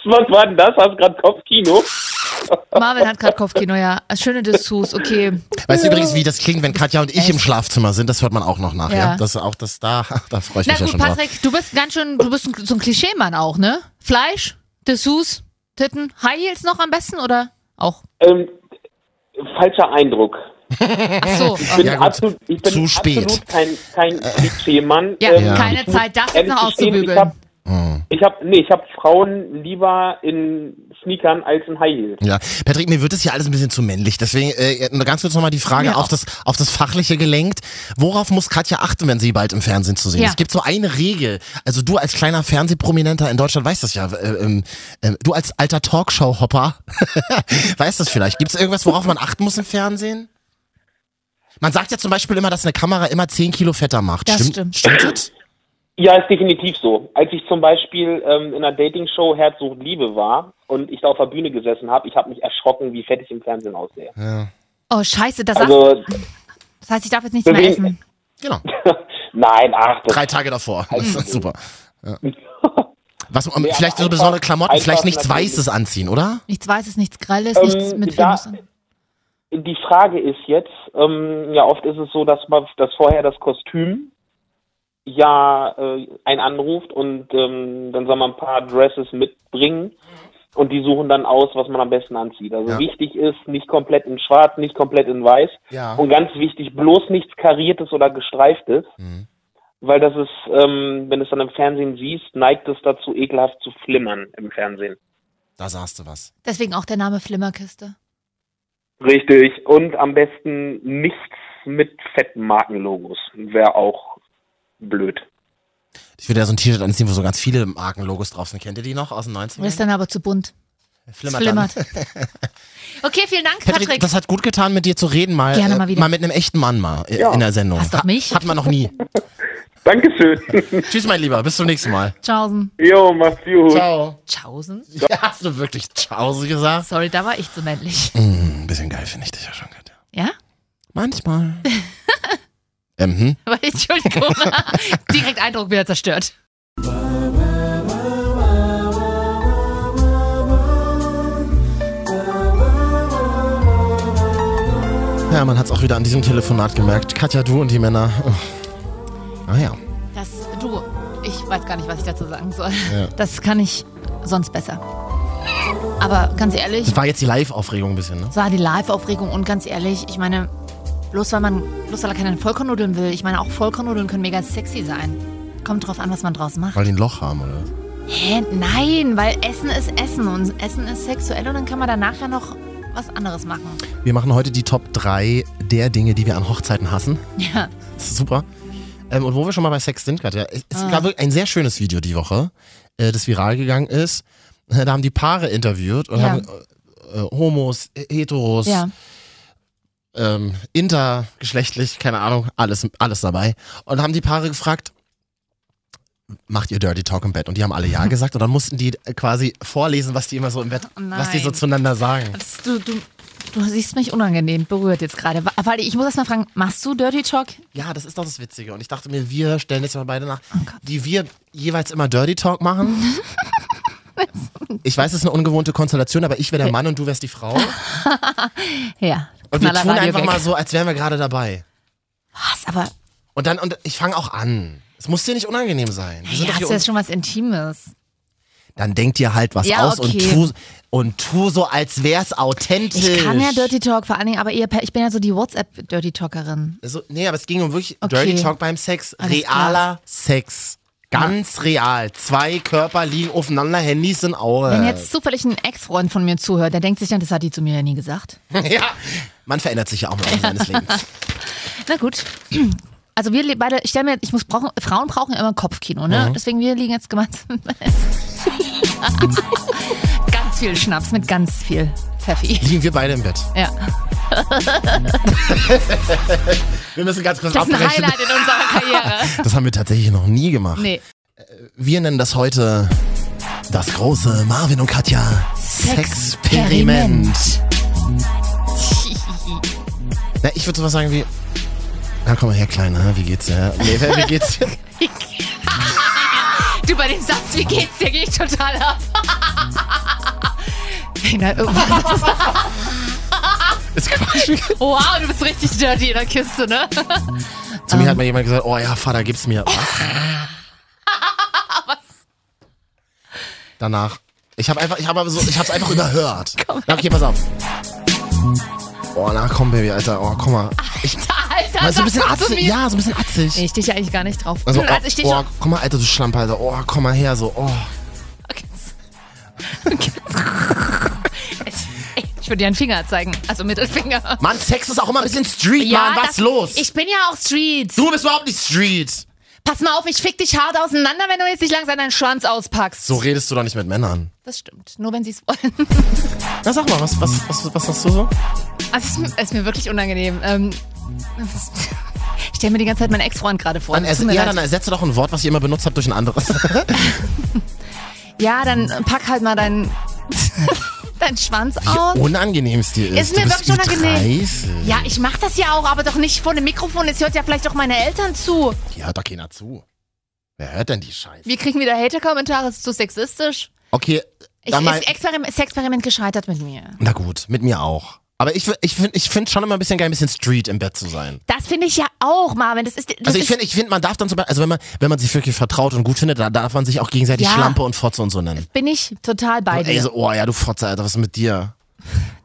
Speaker 5: Was war denn das? Hast du gerade Kopfkino?
Speaker 2: Marvin hat gerade Kopfkino, ja. Schöne Dessous, okay.
Speaker 1: Weißt du übrigens, wie das klingt, wenn Katja und ich
Speaker 2: Echt?
Speaker 1: im Schlafzimmer sind? Das hört man auch noch nachher.
Speaker 2: Ja.
Speaker 1: Ja. Das auch das da, da freue ich
Speaker 2: Na
Speaker 1: mich ja
Speaker 2: gut,
Speaker 1: schon drauf.
Speaker 2: Patrick, du bist ganz schön, du bist ein- so ein Klischeemann auch, ne? Fleisch, Dessous, Titten, High Heels noch am besten oder auch?
Speaker 5: Ähm, falscher Eindruck.
Speaker 2: Ach so.
Speaker 5: Ich bin
Speaker 1: Ja, gut.
Speaker 5: absolut, ich bin
Speaker 1: Zu spät.
Speaker 5: absolut kein, kein Klischee-Mann.
Speaker 2: Ja,
Speaker 5: Ähm,
Speaker 2: keine
Speaker 5: ich muss
Speaker 2: Zeit, das jetzt
Speaker 5: ehrlich
Speaker 2: noch
Speaker 5: gestehen,
Speaker 2: auszubügeln.
Speaker 5: Ich habe
Speaker 1: Oh.
Speaker 5: Ich habe nee, ich habe Frauen lieber in Sneakern als in High Heels.
Speaker 1: Ja, Patrick, mir wird das hier alles ein bisschen zu männlich. Deswegen äh, nur ganz kurz nochmal die Frage
Speaker 2: Ja.
Speaker 1: auf, das, auf das Fachliche gelenkt. Worauf muss Katja achten, wenn sie bald im Fernsehen zu sehen
Speaker 2: Ja.
Speaker 1: ist? Es gibt so eine Regel. Also du als kleiner Fernsehprominenter in Deutschland weißt das ja. Äh, ähm, äh, du als alter Talkshow-Hopper weißt das vielleicht. Gibt es irgendwas, worauf man achten muss im Fernsehen? Man sagt ja zum Beispiel immer, dass eine Kamera immer 10 Kilo fetter macht.
Speaker 2: Das
Speaker 1: stimmt. Stimmt das?
Speaker 5: Ja, ist definitiv so. Als ich zum Beispiel ähm, in einer Dating-Show Herz sucht Liebe war und ich da auf der Bühne gesessen habe, ich habe mich erschrocken, wie fett ich im Fernsehen aussehe.
Speaker 1: Ja.
Speaker 2: Oh, scheiße, das, sagt,
Speaker 5: Also
Speaker 2: das heißt, ich darf jetzt nichts mehr
Speaker 5: Deswegen-
Speaker 2: essen.
Speaker 1: Genau.
Speaker 5: nein, ach, das
Speaker 1: Drei Tage davor. Das ist super. Ja. Was, um,
Speaker 5: Nee, aber
Speaker 1: vielleicht so
Speaker 5: Also, einfach-
Speaker 1: besondere Klamotten, vielleicht
Speaker 5: einfach
Speaker 1: nichts
Speaker 5: natürlich.
Speaker 1: Weißes anziehen, oder?
Speaker 2: Nichts Weißes, nichts Grelles,
Speaker 5: Ähm,
Speaker 2: nichts mit
Speaker 5: da-
Speaker 2: Filmmusen.
Speaker 5: Die Frage ist jetzt, ähm, ja oft ist es so, dass man dass vorher das Kostüm ja äh, einen anruft und ähm, dann soll man ein paar Dresses mitbringen und die suchen dann aus, was man am besten anzieht. Also
Speaker 1: Ja.
Speaker 5: wichtig ist, nicht komplett in schwarz, nicht komplett in weiß
Speaker 1: Ja.
Speaker 5: und ganz wichtig, bloß nichts kariertes oder gestreiftes,
Speaker 1: Mhm.
Speaker 5: weil das ist, ähm, wenn du es dann im Fernsehen siehst, neigt es dazu, ekelhaft zu flimmern im Fernsehen.
Speaker 1: Da sagst du was.
Speaker 2: Deswegen auch der Name Flimmerkiste.
Speaker 5: Richtig. Und am besten nichts mit fetten Markenlogos. Wäre auch blöd.
Speaker 1: Ich würde ja so ein T-Shirt anziehen, wo so ganz viele Markenlogos drauf sind. Kennt ihr die noch aus den 90ern?
Speaker 2: Das ist dann aber zu bunt.
Speaker 1: Flimmert
Speaker 2: flimmert.
Speaker 1: dann.
Speaker 2: Okay, vielen Dank,
Speaker 1: Patrick,
Speaker 2: Patrick.
Speaker 1: das hat gut getan, mit dir zu reden, mal,
Speaker 2: Gerne
Speaker 1: äh,
Speaker 2: mal wieder.
Speaker 1: mal mit einem echten Mann mal äh,
Speaker 5: Ja.
Speaker 1: in der Sendung.
Speaker 2: Hast doch mich.
Speaker 1: Hat man noch nie.
Speaker 5: Dankeschön.
Speaker 1: Tschüss, mein Lieber, bis zum nächsten Mal.
Speaker 2: Tschaußen.
Speaker 5: jo, mach's gut.
Speaker 1: Ciao.
Speaker 2: Tschaußen?
Speaker 1: Ja, hast du wirklich Ciao gesagt?
Speaker 2: Sorry, da war ich zu männlich.
Speaker 1: Hm, ein bisschen geil finde ich dich ja schon, Katja.
Speaker 2: Ja?
Speaker 1: Manchmal. ähm, hm?
Speaker 2: Aber Entschuldigung. Direkt Eindruck wieder zerstört.
Speaker 1: Ja, man hat es auch wieder an diesem Telefonat gemerkt. Katja, du und die Männer. Oh. Ah Naja.
Speaker 2: Das, du, ich weiß gar nicht, was ich dazu sagen soll.
Speaker 1: Ja.
Speaker 2: Das kann ich sonst besser. Aber ganz ehrlich,
Speaker 1: Das war jetzt die Live-Aufregung ein bisschen, ne?
Speaker 2: das war die Live-Aufregung und ganz ehrlich, ich meine, bloß weil man, bloß weil er keine Vollkornnudeln will, ich meine, auch Vollkornnudeln können mega sexy sein. Kommt drauf an, was man draus macht.
Speaker 1: Weil die ein Loch haben, oder?
Speaker 2: Hä? Nein, weil Essen ist Essen und Essen ist sexuell und dann kann man danach ja noch was anderes machen.
Speaker 1: Wir machen heute die Top 3 der Dinge, die wir an Hochzeiten hassen.
Speaker 2: Ja.
Speaker 1: Das ist super. Ähm, und wo wir schon mal bei Sex sind, Katja, es
Speaker 2: Ah.
Speaker 1: es gab wirklich ein sehr schönes Video die Woche, äh, das viral gegangen ist. Äh, Da haben die Paare interviewt und
Speaker 2: Ja.
Speaker 1: haben äh, äh, Homos, äh, Heteros,
Speaker 2: Ja.
Speaker 1: ähm, intergeschlechtlich, keine Ahnung, alles, alles dabei. Und haben die Paare gefragt, macht ihr Dirty Talk im Bett? Und die haben alle Ja gesagt und dann mussten die äh, quasi vorlesen, was die immer so im Bett,
Speaker 2: Oh Nein.
Speaker 1: was die so zueinander sagen.
Speaker 2: Das, du, du, du siehst mich unangenehm berührt jetzt gerade. Wa- Weil ich muss erst mal fragen, machst du Dirty Talk?
Speaker 1: Ja, das ist doch das Witzige. Und ich dachte mir, wir stellen jetzt mal beide nach,
Speaker 2: Oh Gott.
Speaker 1: die wir jeweils immer Dirty Talk machen. Ich weiß, es ist eine ungewohnte Konstellation, aber ich wäre der Mann und du wärst die Frau.
Speaker 2: Ja.
Speaker 1: Und wir
Speaker 2: Knaller
Speaker 1: tun
Speaker 2: Radio
Speaker 1: einfach
Speaker 2: weg.
Speaker 1: mal so, als wären wir gerade dabei.
Speaker 2: Was? Aber
Speaker 1: Und dann, und ich fange auch an. Es muss dir nicht unangenehm sein. Wir sind
Speaker 2: ja,
Speaker 1: doch
Speaker 2: ist
Speaker 1: hier
Speaker 2: ja schon was Intimes.
Speaker 1: dann denk dir halt was
Speaker 2: Ja,
Speaker 1: aus
Speaker 2: okay.
Speaker 1: und, tu, und tu so, als wär's authentisch.
Speaker 2: Ich kann ja Dirty Talk vor allen Dingen, aber ihr, ich bin ja so die WhatsApp-Dirty Talkerin.
Speaker 1: Also, nee, aber es ging um wirklich
Speaker 2: Okay.
Speaker 1: Dirty Talk beim Sex.
Speaker 2: Alles klar.
Speaker 1: Realer Sex. Ganz real. Zwei Körper liegen aufeinander, Handys sind Aue.
Speaker 2: Wenn jetzt zufällig ein Ex-Freund von mir zuhört, der denkt sich dann, das hat die zu mir ja nie gesagt.
Speaker 1: ja. Man verändert sich ja auch mal in seines Lebens.
Speaker 2: Na gut. Also wir le- beide, ich stelle mir, ich muss brauchen, Frauen brauchen ja immer Kopfkino, ne?
Speaker 1: Mhm.
Speaker 2: Deswegen wir liegen jetzt gemeinsam. im Bett. ganz viel Schnaps mit ganz viel Pfeffi.
Speaker 1: Liegen wir beide im Bett.
Speaker 2: Ja.
Speaker 1: Wir müssen ganz kurz
Speaker 2: Das ist ein
Speaker 1: abbrechen.
Speaker 2: Highlight in unserer Karriere.
Speaker 1: Das haben wir tatsächlich noch nie gemacht.
Speaker 2: Nee.
Speaker 1: Wir nennen das heute das große Marvin und Katja Sexperiment. Na, ich würde sowas sagen wie. Na komm mal her, Kleiner, ne? wie geht's dir? Nee, wie geht's dir?
Speaker 2: Du, bei dem Satz, wie geht's dir, gehe ich total ab. Na,
Speaker 1: oh. Ist Quatsch.
Speaker 2: wow, du bist richtig dirty in der Kiste, ne?
Speaker 1: Zu mir hat mal jemand gesagt, oh ja, Vater, gib's mir. Was? Danach. Ich habe einfach, ich habe so, ich hab's einfach überhört. Na, okay, pass auf. Oh, na komm, Baby, Alter. Oh, komm mal. Ich,
Speaker 2: Alter, Alter,
Speaker 1: Weil so ein bisschen
Speaker 2: sagst du zu
Speaker 1: atzig.
Speaker 2: mir.
Speaker 1: Ja, so ein bisschen atzig.
Speaker 2: Ich stehe ja eigentlich gar nicht drauf.
Speaker 1: Also,
Speaker 2: Und als ich
Speaker 1: oh,
Speaker 2: stehe
Speaker 1: oh, komm mal, Alter, du Schlampe, Alter. Oh, komm mal her, so. Oh.
Speaker 2: Ich würde dir einen Finger zeigen, also Mittelfinger.
Speaker 1: Mann, Sex ist auch immer ein bisschen Street, Mann. Was
Speaker 2: das-
Speaker 1: los?
Speaker 2: Ich bin ja auch Street.
Speaker 1: du bist überhaupt nicht Street.
Speaker 2: Pass mal auf, ich fick dich hart auseinander, wenn du jetzt nicht langsam deinen Schwanz auspackst.
Speaker 1: So redest du doch nicht mit Männern.
Speaker 2: Das stimmt. Nur wenn sie es wollen.
Speaker 1: Na, sag mal, was, was, was, was hast du so?
Speaker 2: Also, es ist, ist mir wirklich unangenehm. Ähm, ich stelle mir die ganze Zeit meinen Ex-Freund gerade vor.
Speaker 1: Dann,
Speaker 2: Das
Speaker 1: erse-
Speaker 2: tut mir
Speaker 1: ja,
Speaker 2: leid.
Speaker 1: dann ersetze doch ein Wort, was ihr immer benutzt habt, durch ein anderes.
Speaker 2: ja, dann äh, pack halt mal deinen, deinen Schwanz aus.
Speaker 1: Unangenehm es dir ist.
Speaker 2: Ist mir
Speaker 1: du bist
Speaker 2: wirklich unangenehm.
Speaker 1: Ü30.
Speaker 2: Ja, ich mach das ja auch, aber doch nicht vor dem Mikrofon. Es hört ja vielleicht auch meine Eltern zu.
Speaker 1: Hier hört doch keiner zu. Wer hört denn die Scheiße?
Speaker 2: Wir kriegen wieder Hater-Kommentare, es ist zu sexistisch.
Speaker 1: Okay,
Speaker 2: Ich,
Speaker 1: dann mal.
Speaker 2: ist Experiment, ist Experiment gescheitert mit mir.
Speaker 1: Na gut, mit mir auch. Aber ich, fi- ich finde ich find schon immer ein bisschen geil, ein bisschen Street im Bett zu sein.
Speaker 2: Das finde ich ja auch, Marvin. Das ist, das
Speaker 1: Also ich
Speaker 2: ist
Speaker 1: finde, ich find, man darf dann zum Beispiel, also wenn man, wenn man sich wirklich vertraut und gut findet, dann darf man sich auch gegenseitig
Speaker 2: Ja.
Speaker 1: Schlampe und Fotze und so nennen.
Speaker 2: bin ich total bei
Speaker 1: Ey,
Speaker 2: dir.
Speaker 1: so, oh ja, du Fotze, Alter, was ist mit dir?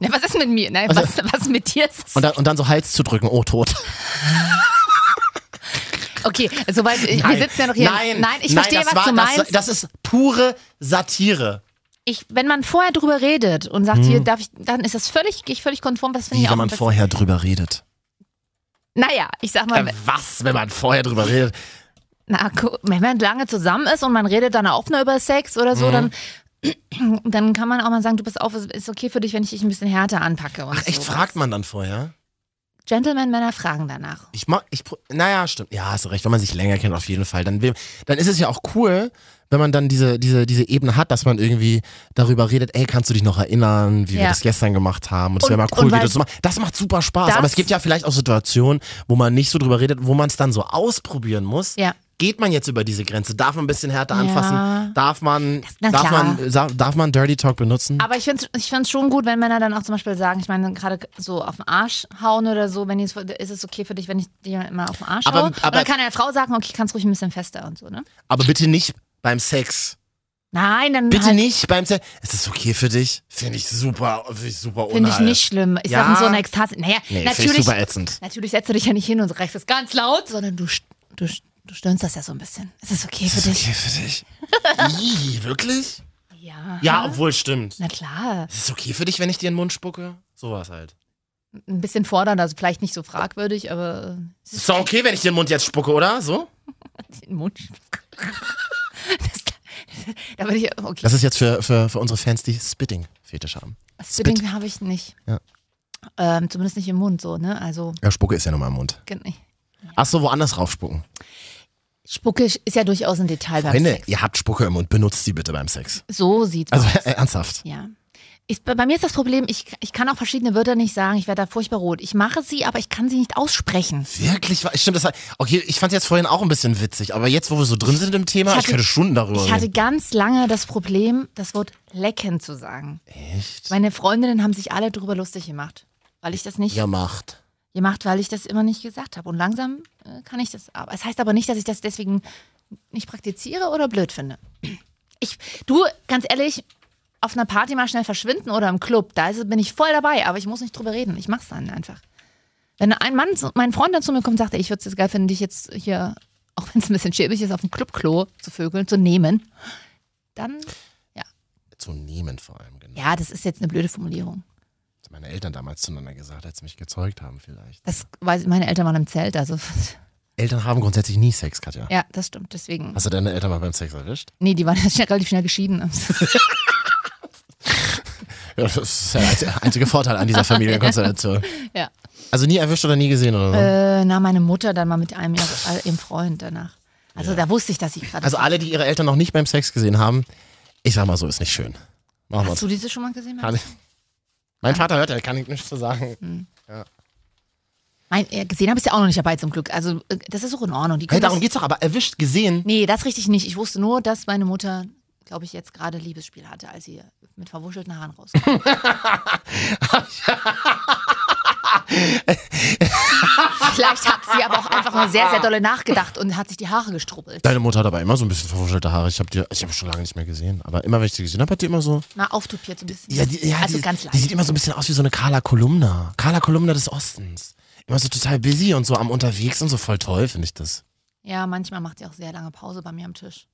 Speaker 2: Ne, was ist mit mir? Nein, was, was mit dir ist?
Speaker 1: Also- Und dann, und dann so Hals zu drücken, oh, tot.
Speaker 2: Okay, soweit. Wir sitzen ja noch hier.
Speaker 1: Nein,
Speaker 2: nein ich
Speaker 1: nein,
Speaker 2: verstehe,
Speaker 1: das
Speaker 2: was
Speaker 1: war,
Speaker 2: du meinst.
Speaker 1: Das, das ist pure Satire.
Speaker 2: ich, wenn man vorher drüber redet und sagt, hier darf ich, dann ist das völlig, gehe ich völlig konform. Das finde
Speaker 1: Hm. Wie,
Speaker 2: ich auch.
Speaker 1: wenn man
Speaker 2: das-
Speaker 1: vorher drüber redet.
Speaker 2: naja, ich sag mal,
Speaker 1: Äh, was, wenn man vorher drüber redet?
Speaker 2: na, gu- wenn man lange zusammen ist und man redet dann auch nur über Sex oder so,
Speaker 1: Hm.
Speaker 2: dann. Dann kann man auch mal sagen, du bist auf, es ist okay für dich, wenn ich dich ein bisschen härter anpacke. Und
Speaker 1: Ach, echt,
Speaker 2: so.
Speaker 1: fragt man dann vorher?
Speaker 2: Gentleman-Männer fragen danach.
Speaker 1: Ich mag, ich, pro- naja, stimmt. Ja, hast du recht, wenn man sich länger kennt, auf jeden Fall. Dann, will- dann ist es ja auch cool, wenn man dann diese, diese, diese Ebene hat, dass man irgendwie darüber redet, ey, kannst du dich noch erinnern, wie wir
Speaker 2: Ja.
Speaker 1: das gestern gemacht haben? Und es wäre
Speaker 2: Und-
Speaker 1: mal cool,
Speaker 2: und
Speaker 1: wie
Speaker 2: weil-
Speaker 1: du das machst. Das macht super Spaß.
Speaker 2: Das-
Speaker 1: Aber es gibt ja vielleicht auch Situationen, wo man nicht so drüber redet, wo man es dann so ausprobieren muss.
Speaker 2: Ja.
Speaker 1: Geht man jetzt über diese Grenze? Darf man ein bisschen härter
Speaker 2: Ja.
Speaker 1: anfassen? Darf man,
Speaker 2: na
Speaker 1: darf
Speaker 2: klar.
Speaker 1: man, sa- darf man Dirty Talk benutzen?
Speaker 2: Aber ich finde es ich find's schon gut, wenn Männer dann auch zum Beispiel sagen, ich meine, gerade so auf den Arsch hauen oder so, wenn ich's- ist es okay für dich, wenn ich dir mal auf den Arsch
Speaker 1: Aber-
Speaker 2: haue?
Speaker 1: aber-
Speaker 2: und dann kann eine Frau sagen, okay, kannst ruhig ein bisschen fester und so, ne?
Speaker 1: Aber bitte nicht beim Sex.
Speaker 2: Nein, dann
Speaker 1: Bitte
Speaker 2: halt,
Speaker 1: nicht beim Sex. Ist das okay für dich? Finde ich super, finde ich super
Speaker 2: Finde ich
Speaker 1: unheil.
Speaker 2: nicht schlimm. Ist
Speaker 1: Ja.
Speaker 2: das in so einer Ekstase? Naja,
Speaker 1: Nee, finde ich
Speaker 2: natürlich,
Speaker 1: super ätzend.
Speaker 2: natürlich setzt du dich ja nicht hin und reichst es ganz laut, sondern du, st- du, st- du stöhnst das ja so ein bisschen. Ist es okay für dich?
Speaker 1: für dich? Ih, wirklich?
Speaker 2: Ja. Hm?
Speaker 1: Ja, obwohl, stimmt.
Speaker 2: Na klar.
Speaker 1: Ist es okay für dich, wenn ich dir in den Mund spucke? Sowas halt.
Speaker 2: Ein bisschen fordern, also vielleicht nicht so fragwürdig, aber es ist
Speaker 1: Ist doch okay, wenn ich dir in den Mund jetzt spucke, oder? So?
Speaker 2: den Mund. Das, da würde ich, okay.
Speaker 1: Das ist jetzt für, für, für unsere Fans, die Spitting-Fetisch haben.
Speaker 2: Spitting habe ich nicht.
Speaker 1: Ja.
Speaker 2: Ähm, zumindest nicht im Mund so, ne? Also,
Speaker 1: Ja, Spucke ist ja nun mal im Mund.
Speaker 2: gen-
Speaker 1: Ach so, woanders raufspucken.
Speaker 2: Spucke ist ja durchaus ein Detail beim
Speaker 1: Freunde,
Speaker 2: Sex.
Speaker 1: ihr habt Spucke im Mund, benutzt sie bitte beim Sex.
Speaker 2: So sieht's
Speaker 1: Also
Speaker 2: aus.
Speaker 1: äh, ernsthaft.
Speaker 2: Ja. Ich, bei bei mir ist das Problem, ich, ich kann auch verschiedene Wörter nicht sagen. Ich werde da furchtbar rot. Ich mache sie, aber ich kann sie nicht aussprechen.
Speaker 1: Wirklich? wa- Stimmt, das war, okay, ich fand jetzt vorhin auch ein bisschen witzig, aber jetzt, wo wir so drin sind im Thema,
Speaker 2: Ich
Speaker 1: ich,
Speaker 2: hatte-
Speaker 1: könnte Stunden darüber
Speaker 2: Ich hatte
Speaker 1: reden.
Speaker 2: ganz lange das Problem, das Wort lecken zu sagen.
Speaker 1: Echt?
Speaker 2: Meine Freundinnen haben sich alle drüber lustig gemacht, weil ich das nicht
Speaker 1: Ihr macht.
Speaker 2: gemacht, weil ich das immer nicht gesagt habe. Und langsam äh, kann ich das. Aber es heißt aber nicht, dass ich das deswegen nicht praktiziere oder blöd finde. Ich, du, ganz ehrlich, auf einer Party mal schnell verschwinden oder im Club, da ist, bin ich voll dabei, aber ich muss nicht drüber reden. Ich mach's dann einfach. Wenn ein Mann, zu- mein Freund dann zu mir kommt und sagt, ey, ich würde es jetzt geil finden, dich jetzt hier, auch wenn es ein bisschen schäbig ist, auf dem Clubklo zu vögeln, zu nehmen, dann,
Speaker 1: Zu nehmen vor allem, genau.
Speaker 2: ja, das ist jetzt eine blöde Formulierung.
Speaker 1: Das haben meine Eltern damals zueinander gesagt, als sie mich gezeugt haben, vielleicht.
Speaker 2: Das weiß meine Eltern waren im Zelt, also
Speaker 1: Eltern haben grundsätzlich nie Sex, Katja.
Speaker 2: ja, das stimmt. Deswegen.
Speaker 1: Hast du deine Eltern mal beim Sex erwischt?
Speaker 2: Nee, die waren ja schnell, relativ schnell geschieden.
Speaker 1: Ja, das ist ja der einzige Vorteil an dieser Familienkonstellation.
Speaker 2: Ja.
Speaker 1: Also nie erwischt oder nie gesehen oder so.
Speaker 2: Äh, na, meine Mutter dann mal mit einem ihr- äh, ihrem Freund danach. Also da wusste ich, dass ich gerade.
Speaker 1: also alle, die ihre Eltern noch nicht beim Sex gesehen haben, ich sag mal so, ist nicht schön. Machen
Speaker 2: Hast
Speaker 1: wir's.
Speaker 2: du diese schon mal gesehen?
Speaker 1: Kann ich- Mein Vater hört, er kann ich nichts zu sagen.
Speaker 2: Nein, äh, gesehen habe ich sie auch noch nicht dabei zum Glück. Also äh, das ist auch in Ordnung. Die
Speaker 1: Hey,
Speaker 2: können
Speaker 1: darum
Speaker 2: das,
Speaker 1: geht's doch, aber erwischt, gesehen.
Speaker 2: nee, das richtig nicht. Ich wusste nur, dass meine Mutter, glaube ich, jetzt gerade Liebesspiel hatte, als sie mit verwuschelten Haaren rauskam. Vielleicht hat sie aber auch einfach nur sehr, sehr dolle nachgedacht und hat sich die Haare gestrubbelt.
Speaker 1: Deine Mutter hat aber immer so ein bisschen verwuschelte Haare. Ich habe die, ich habe schon lange nicht mehr gesehen. Aber immer, wenn ich sie gesehen habe, hat die immer so.
Speaker 2: Mal auftupiert so ein bisschen.
Speaker 1: Ja, die, ja,
Speaker 2: also
Speaker 1: die,
Speaker 2: ganz
Speaker 1: die
Speaker 2: leicht.
Speaker 1: sieht immer so ein bisschen aus wie so eine Carla Kolumna. Carla Kolumna des Ostens. Warst du total busy und so am unterwegs und so voll toll, finde ich das.
Speaker 2: Ja, manchmal macht sie auch sehr lange Pause bei mir am Tisch.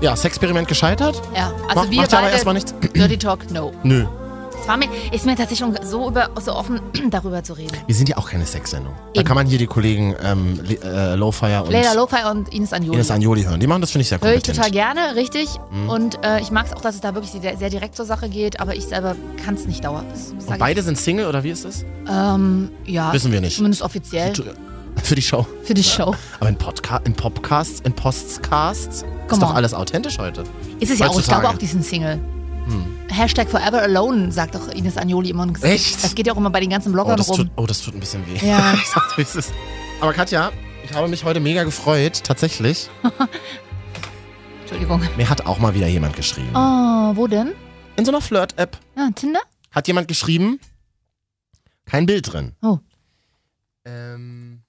Speaker 1: Ja, Sexperiment gescheitert?
Speaker 2: Ja, also
Speaker 1: Macht-
Speaker 2: wir
Speaker 1: macht ja aber
Speaker 2: beide.
Speaker 1: erstmal nichts.
Speaker 2: Dirty Talk, no.
Speaker 1: Nö.
Speaker 2: Es war mir, ist mir tatsächlich schon so, über, so offen, darüber zu reden.
Speaker 1: Wir sind ja auch keine Sexsendung. Da
Speaker 2: Eben.
Speaker 1: kann man hier die Kollegen ähm, Le- äh, Lowfire und
Speaker 2: Leila Lo-Fi und Ines Anjoli.
Speaker 1: Ines Mhm. Anjoli hören. Die machen das, finde ich, sehr
Speaker 2: Höre ich
Speaker 1: kompetent.
Speaker 2: total gerne, richtig. Und äh, ich mag es auch, dass es da wirklich sehr, sehr direkt zur Sache geht, aber ich selber kann es nicht dauern. Das sag
Speaker 1: und beide sind Single oder wie ist das?
Speaker 2: ich. Ähm, ja,
Speaker 1: Wissen wir nicht.
Speaker 2: zumindest offiziell
Speaker 1: Für die Show.
Speaker 2: für die Show.
Speaker 1: Aber in, Podca in Popcasts, in Postcasts ist
Speaker 2: Come
Speaker 1: doch
Speaker 2: on.
Speaker 1: alles authentisch heute.
Speaker 2: Ist es ja auch, ich
Speaker 1: Heutzutage. Hm.
Speaker 2: glaube auch, die sind Single. Hashtag Forever Alone, sagt doch Ines Anjoli immer. Und
Speaker 1: Echt?
Speaker 2: Das geht ja auch immer bei den ganzen
Speaker 1: Oh
Speaker 2: Bloggern
Speaker 1: das, tut,
Speaker 2: rum.
Speaker 1: oh, das tut ein bisschen weh.
Speaker 2: Ja.
Speaker 1: ich sag, dir, wie es ist. Aber Katja, ich habe mich heute mega gefreut, tatsächlich.
Speaker 2: Entschuldigung.
Speaker 1: Mir hat auch mal wieder jemand geschrieben.
Speaker 2: Oh, wo denn?
Speaker 1: In so einer Flirt-App
Speaker 2: Ah, Tinder?
Speaker 1: hat jemand geschrieben, kein Bild drin.
Speaker 2: Oh.
Speaker 1: Ähm,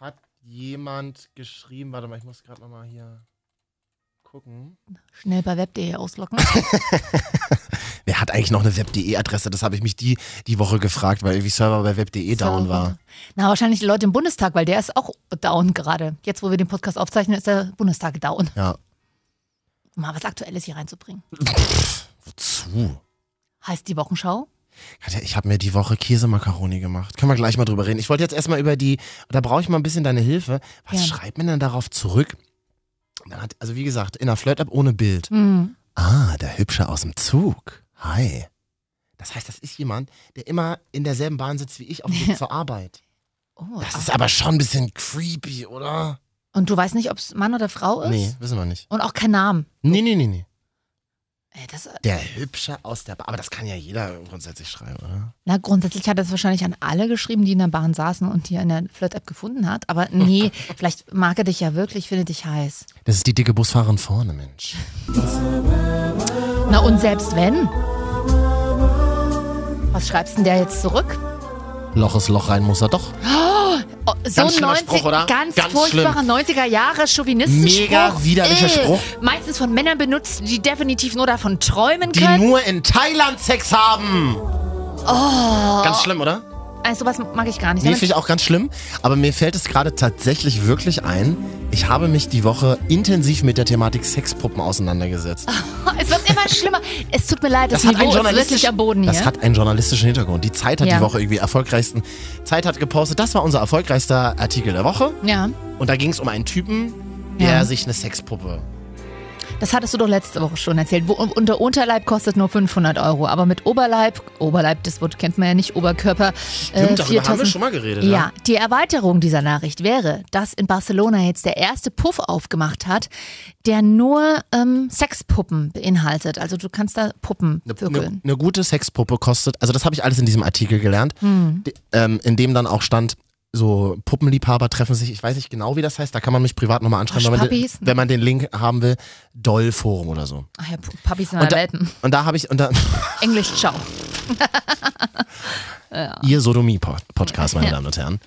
Speaker 1: hat jemand geschrieben, warte mal, ich muss gerade nochmal hier gucken.
Speaker 2: Schnell bei web.de auslocken.
Speaker 1: Wer hat eigentlich noch eine Web.de-Adresse? Das habe ich mich die, die Woche gefragt, weil irgendwie Server bei Web.de down war.
Speaker 2: Na, wahrscheinlich die Leute im Bundestag, weil der ist auch down gerade. Jetzt, wo wir den Podcast aufzeichnen, ist der Bundestag down.
Speaker 1: Ja.
Speaker 2: Um mal was Aktuelles hier reinzubringen.
Speaker 1: Pff, wozu?
Speaker 2: Heißt die Wochenschau?
Speaker 1: Katja, Ich habe mir die Woche Käsemakaroni gemacht. Können wir gleich mal drüber reden. Ich wollte jetzt erstmal über die, da brauche ich mal ein bisschen deine Hilfe. Was
Speaker 2: Gerne.
Speaker 1: schreibt man denn darauf zurück? Dann hat, also wie gesagt, in einer Flirt-App ohne Bild.
Speaker 2: Hm.
Speaker 1: Ah, der Hübsche aus dem Zug. Hi. Das heißt, das ist jemand, der immer in derselben Bahn sitzt wie ich auf dem Weg zur Arbeit.
Speaker 2: Oh,
Speaker 1: Das
Speaker 2: ah.
Speaker 1: ist aber schon ein bisschen creepy, oder?
Speaker 2: Und du weißt nicht, ob es Mann oder Frau ist?
Speaker 1: Nee, wissen wir nicht.
Speaker 2: Und auch kein Namen.
Speaker 1: Nee, nee, nee, nee.
Speaker 2: Ey, das,
Speaker 1: Der Hübsche aus der Bahn. Aber das kann ja jeder grundsätzlich schreiben, oder?
Speaker 2: na, grundsätzlich hat er es wahrscheinlich an alle geschrieben, die in der Bahn saßen und die er in der Flirt-App gefunden hat. Aber nee, vielleicht mag er dich ja wirklich, findet dich heiß.
Speaker 1: Das ist die dicke Busfahrerin vorne, Mensch.
Speaker 2: Na und selbst wenn? Was schreibst denn der jetzt zurück?
Speaker 1: Loch ist Loch rein, muss er doch.
Speaker 2: Oh, so
Speaker 1: Ganz schlimmer Spruch, oder?
Speaker 2: ganz,
Speaker 1: Ganz
Speaker 2: furchtbarer 90er Jahre Chauvinismus.
Speaker 1: Mega widerlicher Spruch.
Speaker 2: Meistens von Männern benutzt, die definitiv nur davon träumen
Speaker 1: Die
Speaker 2: können.
Speaker 1: nur in Thailand Sex haben. Oh. Ganz schlimm, oder?
Speaker 2: Also sowas mag ich gar nicht.
Speaker 1: Nee,
Speaker 2: Damit-
Speaker 1: finde ich auch ganz schlimm. Aber mir fällt es gerade tatsächlich wirklich ein, ich habe mich die Woche intensiv mit der Thematik Sexpuppen auseinandergesetzt.
Speaker 2: Es wird immer schlimmer. Es tut mir leid, das, Niveau ist wirklich am Boden hier.
Speaker 1: das hat einen journalistischen Hintergrund. Die Zeit hat
Speaker 2: Ja.
Speaker 1: die Woche irgendwie erfolgreichsten. Zeit hat gepostet, das war unser erfolgreichster Artikel der Woche.
Speaker 2: ja,
Speaker 1: Und da ging es um einen Typen, der
Speaker 2: Ja.
Speaker 1: sich eine Sexpuppe.
Speaker 2: das hattest du doch letzte Woche schon erzählt. Wo, unter Unterleib kostet nur 500 Euro, aber mit Oberleib, Oberleib, das Wort kennt man ja nicht, Oberkörper, äh,
Speaker 1: Stimmt, darüber haben wir
Speaker 2: 4000.
Speaker 1: schon mal geredet.
Speaker 2: ja, die Erweiterung dieser Nachricht wäre, dass in Barcelona jetzt der erste Puff aufgemacht hat, der nur ähm, Sexpuppen beinhaltet. Also du kannst da Puppen
Speaker 1: Eine, eine,
Speaker 2: wirkeln.
Speaker 1: eine gute Sexpuppe kostet, also das habe ich alles in diesem Artikel gelernt, die- ähm, in dem dann auch stand, so Puppenliebhaber treffen sich, ich weiß nicht genau, wie das heißt, da kann man mich privat nochmal anschreiben, wenn man, den,
Speaker 2: Waschpappis?
Speaker 1: wenn man den Link haben will, Dollforum oder so.
Speaker 2: Ach ja, Pu- Puppies sind
Speaker 1: Und da-
Speaker 2: Welpen.
Speaker 1: Und da habe ich, und da,
Speaker 2: Englisch, ciao.
Speaker 1: ihr Sodomie-Podcast, meine Damen und Herren.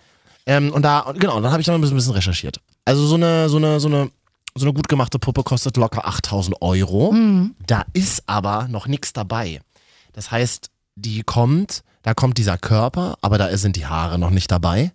Speaker 1: Ähm, und da, und genau, dann habe ich noch ein bisschen, bisschen recherchiert. Also so eine, so eine, so eine, so eine gut gemachte Puppe kostet locker 8000 Euro.
Speaker 2: Mhm.
Speaker 1: Da ist aber noch nichts dabei. Das heißt, die kommt, da kommt dieser Körper, aber da sind die Haare noch nicht dabei.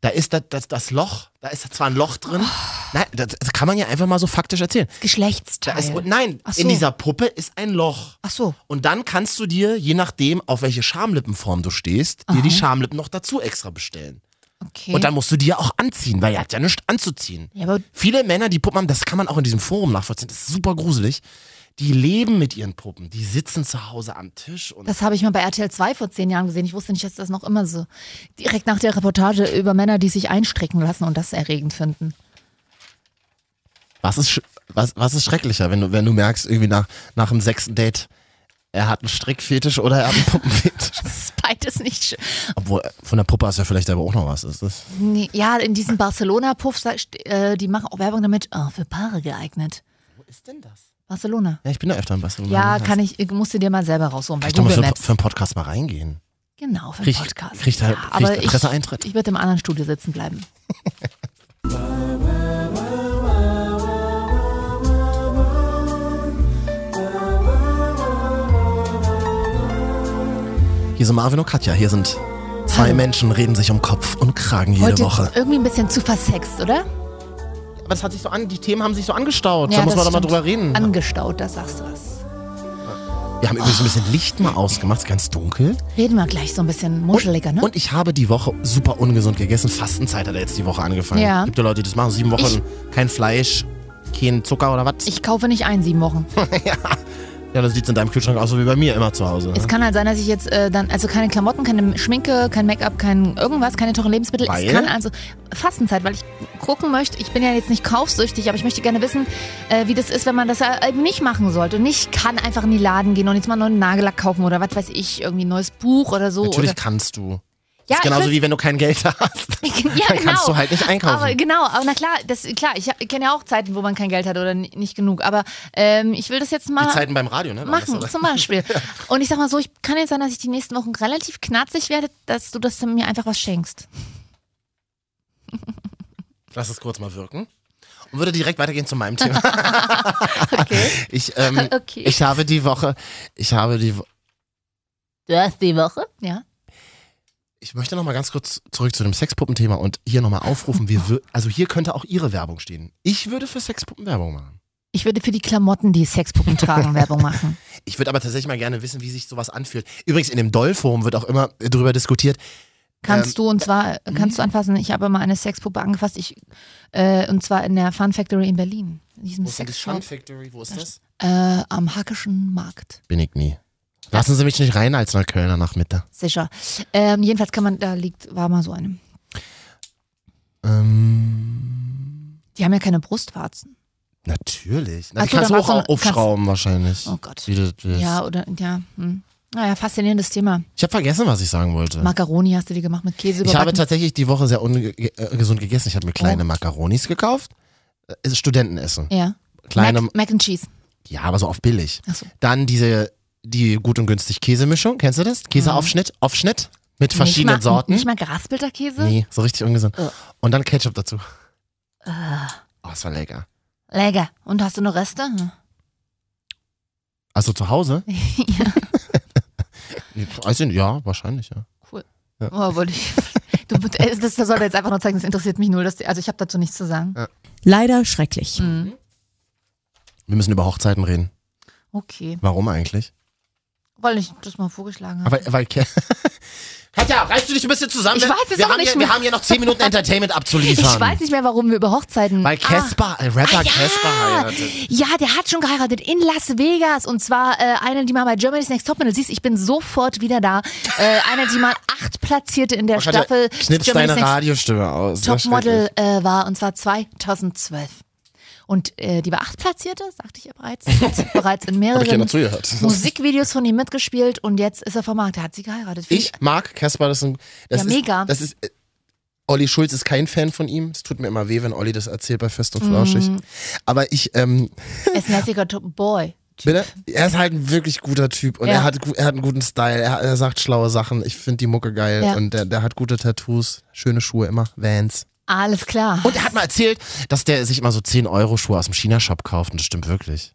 Speaker 1: Da ist das, das, das Loch, da ist zwar ein Loch drin.
Speaker 2: Oh.
Speaker 1: Nein, das, das kann man ja einfach mal so faktisch erzählen. Da
Speaker 2: Geschlechtsteil.
Speaker 1: ist, und nein,
Speaker 2: Ach
Speaker 1: in
Speaker 2: so.
Speaker 1: dieser Puppe ist ein Loch.
Speaker 2: Ach so.
Speaker 1: Und dann kannst du dir, je nachdem, auf welche Schamlippenform du stehst, dir die Schamlippen noch dazu extra bestellen.
Speaker 2: Okay.
Speaker 1: Und dann musst du die ja auch anziehen, weil er hat ja nichts anzuziehen.
Speaker 2: ja, aber
Speaker 1: Viele Männer, die Puppen haben, das kann man auch in diesem Forum nachvollziehen, das ist super gruselig. Die leben mit ihren Puppen, die sitzen zu Hause am Tisch und
Speaker 2: Das habe ich mal bei RTL 2 vor zehn Jahren gesehen. Ich wusste nicht, dass das noch immer so. Direkt nach der Reportage über Männer, die sich einstrecken lassen und das erregend finden.
Speaker 1: was ist, sch- was, was ist schrecklicher, wenn du, wenn du merkst, irgendwie nach, nach dem sechsten Date, er hat einen Strickfetisch oder er hat einen Puppenfetisch.
Speaker 2: Das ist beides nicht schön.
Speaker 1: Obwohl, von der Puppe ist ja vielleicht aber auch noch was, ist das?
Speaker 2: Nee, ja, in diesem Barcelona-Puff, da st- äh, die machen auch Werbung damit, oh, für Paare geeignet.
Speaker 1: Wo ist denn das?
Speaker 2: Barcelona.
Speaker 1: Ja, ich bin da öfter in Barcelona.
Speaker 2: Ja, kann ich, ich musste dir mal selber rausholen bei
Speaker 1: Kann ich doch mal
Speaker 2: Google
Speaker 1: für,
Speaker 2: Maps.
Speaker 1: für einen Podcast mal reingehen.
Speaker 2: genau, für den
Speaker 1: Krieg-
Speaker 2: Podcast.
Speaker 1: kriegt er- kriegt
Speaker 2: aber
Speaker 1: er
Speaker 2: ich,
Speaker 1: Presseeintritt?
Speaker 2: ich würde im anderen Studio sitzen bleiben.
Speaker 1: Hier sind Marvin und Katja. Hier sind zwei
Speaker 2: Hallo.
Speaker 1: Menschen, reden sich um Kopf und Kragen jede
Speaker 2: Also, Heute
Speaker 1: Woche.
Speaker 2: irgendwie ein bisschen zu versext, oder?
Speaker 1: Aber das hat sich so an, die Themen haben sich so angestaut. da muss
Speaker 2: das
Speaker 1: man doch mal
Speaker 2: stimmt.
Speaker 1: drüber reden.
Speaker 2: Angestaut, da sagst du was.
Speaker 1: Wir haben übrigens ein bisschen Licht mal ausgemacht, ist ganz dunkel.
Speaker 2: Reden wir gleich so ein bisschen muscheliger, ne?
Speaker 1: Und ich habe die Woche super ungesund gegessen. Fastenzeit hat er jetzt die Woche angefangen.
Speaker 2: Ja.
Speaker 1: Gibt ja Leute, die das machen. Sieben Wochen kein Fleisch, kein Zucker oder was.
Speaker 2: ich kaufe nicht ein, sieben Wochen.
Speaker 1: Hm. Ja, das sieht in deinem Kühlschrank aus, so wie bei mir immer zu Hause.
Speaker 2: Es
Speaker 1: Ne?
Speaker 2: kann halt sein, dass ich jetzt äh, dann, also keine Klamotten, keine Schminke, kein Make-up, kein irgendwas, keine teuren Lebensmittel.
Speaker 1: Weil?
Speaker 2: Es kann also Fastenzeit, weil ich gucken möchte, ich bin ja jetzt nicht kaufsüchtig, aber ich möchte gerne wissen, äh, wie das ist, wenn man das äh, eben nicht machen sollte. Und nicht kann einfach in die Laden gehen und jetzt mal einen neuen Nagellack kaufen oder was weiß ich, irgendwie ein neues Buch oder so.
Speaker 1: Natürlich
Speaker 2: oder,
Speaker 1: kannst du.
Speaker 2: ja,
Speaker 1: ist
Speaker 2: ich
Speaker 1: genauso
Speaker 2: will-
Speaker 1: wie wenn du kein Geld hast.
Speaker 2: ja,
Speaker 1: Dann
Speaker 2: genau.
Speaker 1: kannst du halt nicht einkaufen.
Speaker 2: Aber genau, aber na klar, das, klar ich hab- kenne ja auch Zeiten, wo man kein Geld hat oder ni- nicht genug. Aber ähm, ich will das jetzt mal
Speaker 1: die Zeiten beim Radio, ne? waren das,
Speaker 2: machen,
Speaker 1: oder?
Speaker 2: zum Beispiel. Und ich sag mal so, ich kann jetzt sein, dass ich die nächsten Wochen relativ knatzig werde, dass du das mir einfach was schenkst.
Speaker 1: Lass es kurz mal wirken. Und würde direkt weitergehen zu meinem Thema. Ich, ähm,
Speaker 2: Okay.
Speaker 1: ich habe die Woche, ich habe die, Wo-
Speaker 2: du hast die Woche? Ja.
Speaker 1: ich möchte noch mal ganz kurz zurück zu dem Sexpuppenthema und hier noch mal aufrufen, wir, wür- also hier könnte auch Ihre Werbung stehen. Ich würde für Sexpuppen Werbung machen.
Speaker 2: Ich würde für die Klamotten, die Sexpuppen tragen, Werbung machen.
Speaker 1: Ich würde aber tatsächlich mal gerne wissen, wie sich sowas anfühlt. Übrigens, in dem Doll-Forum wird auch immer darüber diskutiert.
Speaker 2: Kannst
Speaker 1: Ähm, mhm.
Speaker 2: du, und zwar, äh, kannst du anfassen, ich habe mal eine Sexpuppe angefasst, ich, äh, und zwar in der Fun Factory in Berlin. In diesem
Speaker 1: Wo ist denn das Fun
Speaker 2: Sexshop.
Speaker 1: Factory? Wo ist das?
Speaker 2: Äh, am Hackischen Markt.
Speaker 1: Bin ich nie. Lassen Sie mich nicht rein als Neuköllner Nachmittag.
Speaker 2: Sicher. Ähm, jedenfalls kann man, da liegt, war mal so eine.
Speaker 1: Ähm,
Speaker 2: Die haben ja keine Brustwarzen.
Speaker 1: natürlich. Na,
Speaker 2: Ach
Speaker 1: die
Speaker 2: so,
Speaker 1: kannst du
Speaker 2: da
Speaker 1: auch
Speaker 2: war's so-
Speaker 1: aufschrauben wahrscheinlich.
Speaker 2: Oh Gott.
Speaker 1: Wie du, das-
Speaker 2: Ja, oder, ja. Hm. Naja, faszinierendes Thema.
Speaker 1: Ich habe vergessen, was ich sagen wollte.
Speaker 2: Macaroni hast du dir gemacht mit Käse
Speaker 1: Ich habe
Speaker 2: überbacken.
Speaker 1: tatsächlich die Woche sehr ungesund gegessen. Ich habe mir kleine
Speaker 2: Oh.
Speaker 1: Macaronis gekauft. Äh, ist Studentenessen.
Speaker 2: Ja.
Speaker 1: Kleine,
Speaker 2: Mac, Mac and Cheese.
Speaker 1: ja, aber so auf billig.
Speaker 2: Achso.
Speaker 1: Dann diese, die gut und günstig Käsemischung. Kennst du das? Käseaufschnitt, Aufschnitt mit verschiedenen
Speaker 2: Mhm. nicht mal,
Speaker 1: Sorten.
Speaker 2: Nicht mal geraspelter Käse?
Speaker 1: nee, so richtig ungesund.
Speaker 2: Oh. Äh.
Speaker 1: Und dann Ketchup dazu. Oh, es war lecker.
Speaker 2: Lecker. Und hast du noch Reste? Hm.
Speaker 1: Also zu Hause?
Speaker 2: ja,
Speaker 1: Weiß ich nicht, ja, wahrscheinlich, ja.
Speaker 2: cool.
Speaker 1: Ja.
Speaker 2: Oh, wollte ich. Du, das das soll jetzt einfach nur zeigen, das interessiert mich null. Dass die, also ich habe dazu nichts zu sagen.
Speaker 4: Leider schrecklich.
Speaker 2: Mhm.
Speaker 1: Wir müssen über Hochzeiten reden.
Speaker 2: Okay.
Speaker 1: Warum eigentlich?
Speaker 2: Weil ich das mal vorgeschlagen habe.
Speaker 1: Weil, weil Ke- Katja, reißt du dich ein bisschen zusammen?
Speaker 2: Ah. Ich
Speaker 1: Wir-
Speaker 2: weiß es
Speaker 1: wir
Speaker 2: auch
Speaker 1: haben
Speaker 2: nicht
Speaker 1: hier,
Speaker 2: mehr.
Speaker 1: Wir haben hier noch 10 Minuten Entertainment
Speaker 2: Ich
Speaker 1: abzuliefern.
Speaker 2: weiß nicht mehr, warum wir über Hochzeiten.
Speaker 1: Weil Casper, äh, Rapper
Speaker 2: Ah, ja.
Speaker 1: Casper heiratet.
Speaker 2: Ja, der hat schon geheiratet in Las Vegas und zwar äh, eine, die mal bei Germany's Next Topmodel siehst. Ich bin sofort wieder da. Äh, eine, die mal acht platzierte in der
Speaker 1: Oh, Katja,
Speaker 2: Staffel
Speaker 1: Knipst
Speaker 2: Germany's
Speaker 1: deine
Speaker 2: Next
Speaker 1: Radiostimme aus. Das ist
Speaker 2: Topmodel äh, war und zwar 2012. Und äh, die war acht platzierte, sagte ich ja bereits, hat bereits in
Speaker 1: Hab ich dir noch
Speaker 2: mehreren
Speaker 1: zugehört.
Speaker 2: Musikvideos von ihm mitgespielt und jetzt ist er vom Markt. Er hat sie geheiratet. Finde
Speaker 1: Ich mag Casper, das ist ein. Das
Speaker 2: Ja,
Speaker 1: ist,
Speaker 2: mega.
Speaker 1: Das ist. Äh, Olli Schulz ist kein Fan von ihm. Es tut mir immer weh, wenn Olli das erzählt bei Fest und
Speaker 2: Mhm.
Speaker 1: Flauschig. Aber ich, ähm,
Speaker 2: Er ist ein lässiger Top Boy.
Speaker 1: bitte, er ist halt ein wirklich guter Typ und
Speaker 2: Ja.
Speaker 1: er, hat, gu- er hat einen guten Style, er, er sagt schlaue Sachen. Ich finde die Mucke geil
Speaker 2: Ja.
Speaker 1: und der, der hat gute Tattoos, schöne Schuhe immer, Vans.
Speaker 2: Alles klar.
Speaker 1: Und er hat mal erzählt, dass der sich immer so 10-Euro-Schuhe aus dem China-Shop kauft und das stimmt wirklich.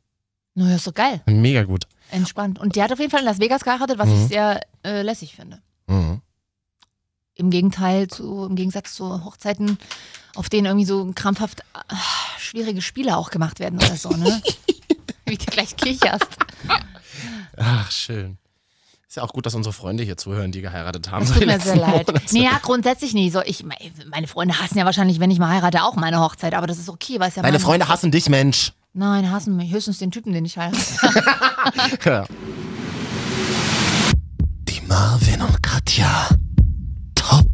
Speaker 2: Naja, ist doch geil.
Speaker 1: Mega gut.
Speaker 2: Entspannt. Und der hat auf jeden Fall in Las Vegas geheiratet, was ich sehr äh, lässig finde.
Speaker 1: Mhm.
Speaker 2: Im Gegenteil zu, im Gegensatz zu Hochzeiten, auf denen irgendwie so krampfhaft ah, schwierige Spiele auch gemacht werden oder so, ne? Wie du gleich kicherst.
Speaker 1: Ach, schön. Ist ja auch gut, dass unsere Freunde hier zuhören, die geheiratet haben.
Speaker 2: Es
Speaker 1: so
Speaker 2: tut
Speaker 1: die
Speaker 2: mir sehr
Speaker 1: letzten
Speaker 2: leid.
Speaker 1: Monate.
Speaker 2: Nee, ja, grundsätzlich nicht. So, ich, meine Freunde hassen ja wahrscheinlich, wenn ich mal heirate, auch meine Hochzeit, aber das ist okay, weil es ja
Speaker 1: Deine
Speaker 2: meine-
Speaker 1: Freunde hassen dich, Mensch.
Speaker 2: Nein, hassen mich. Höchstens den Typen, den ich heirate.
Speaker 1: Die Marvin und Katja. Top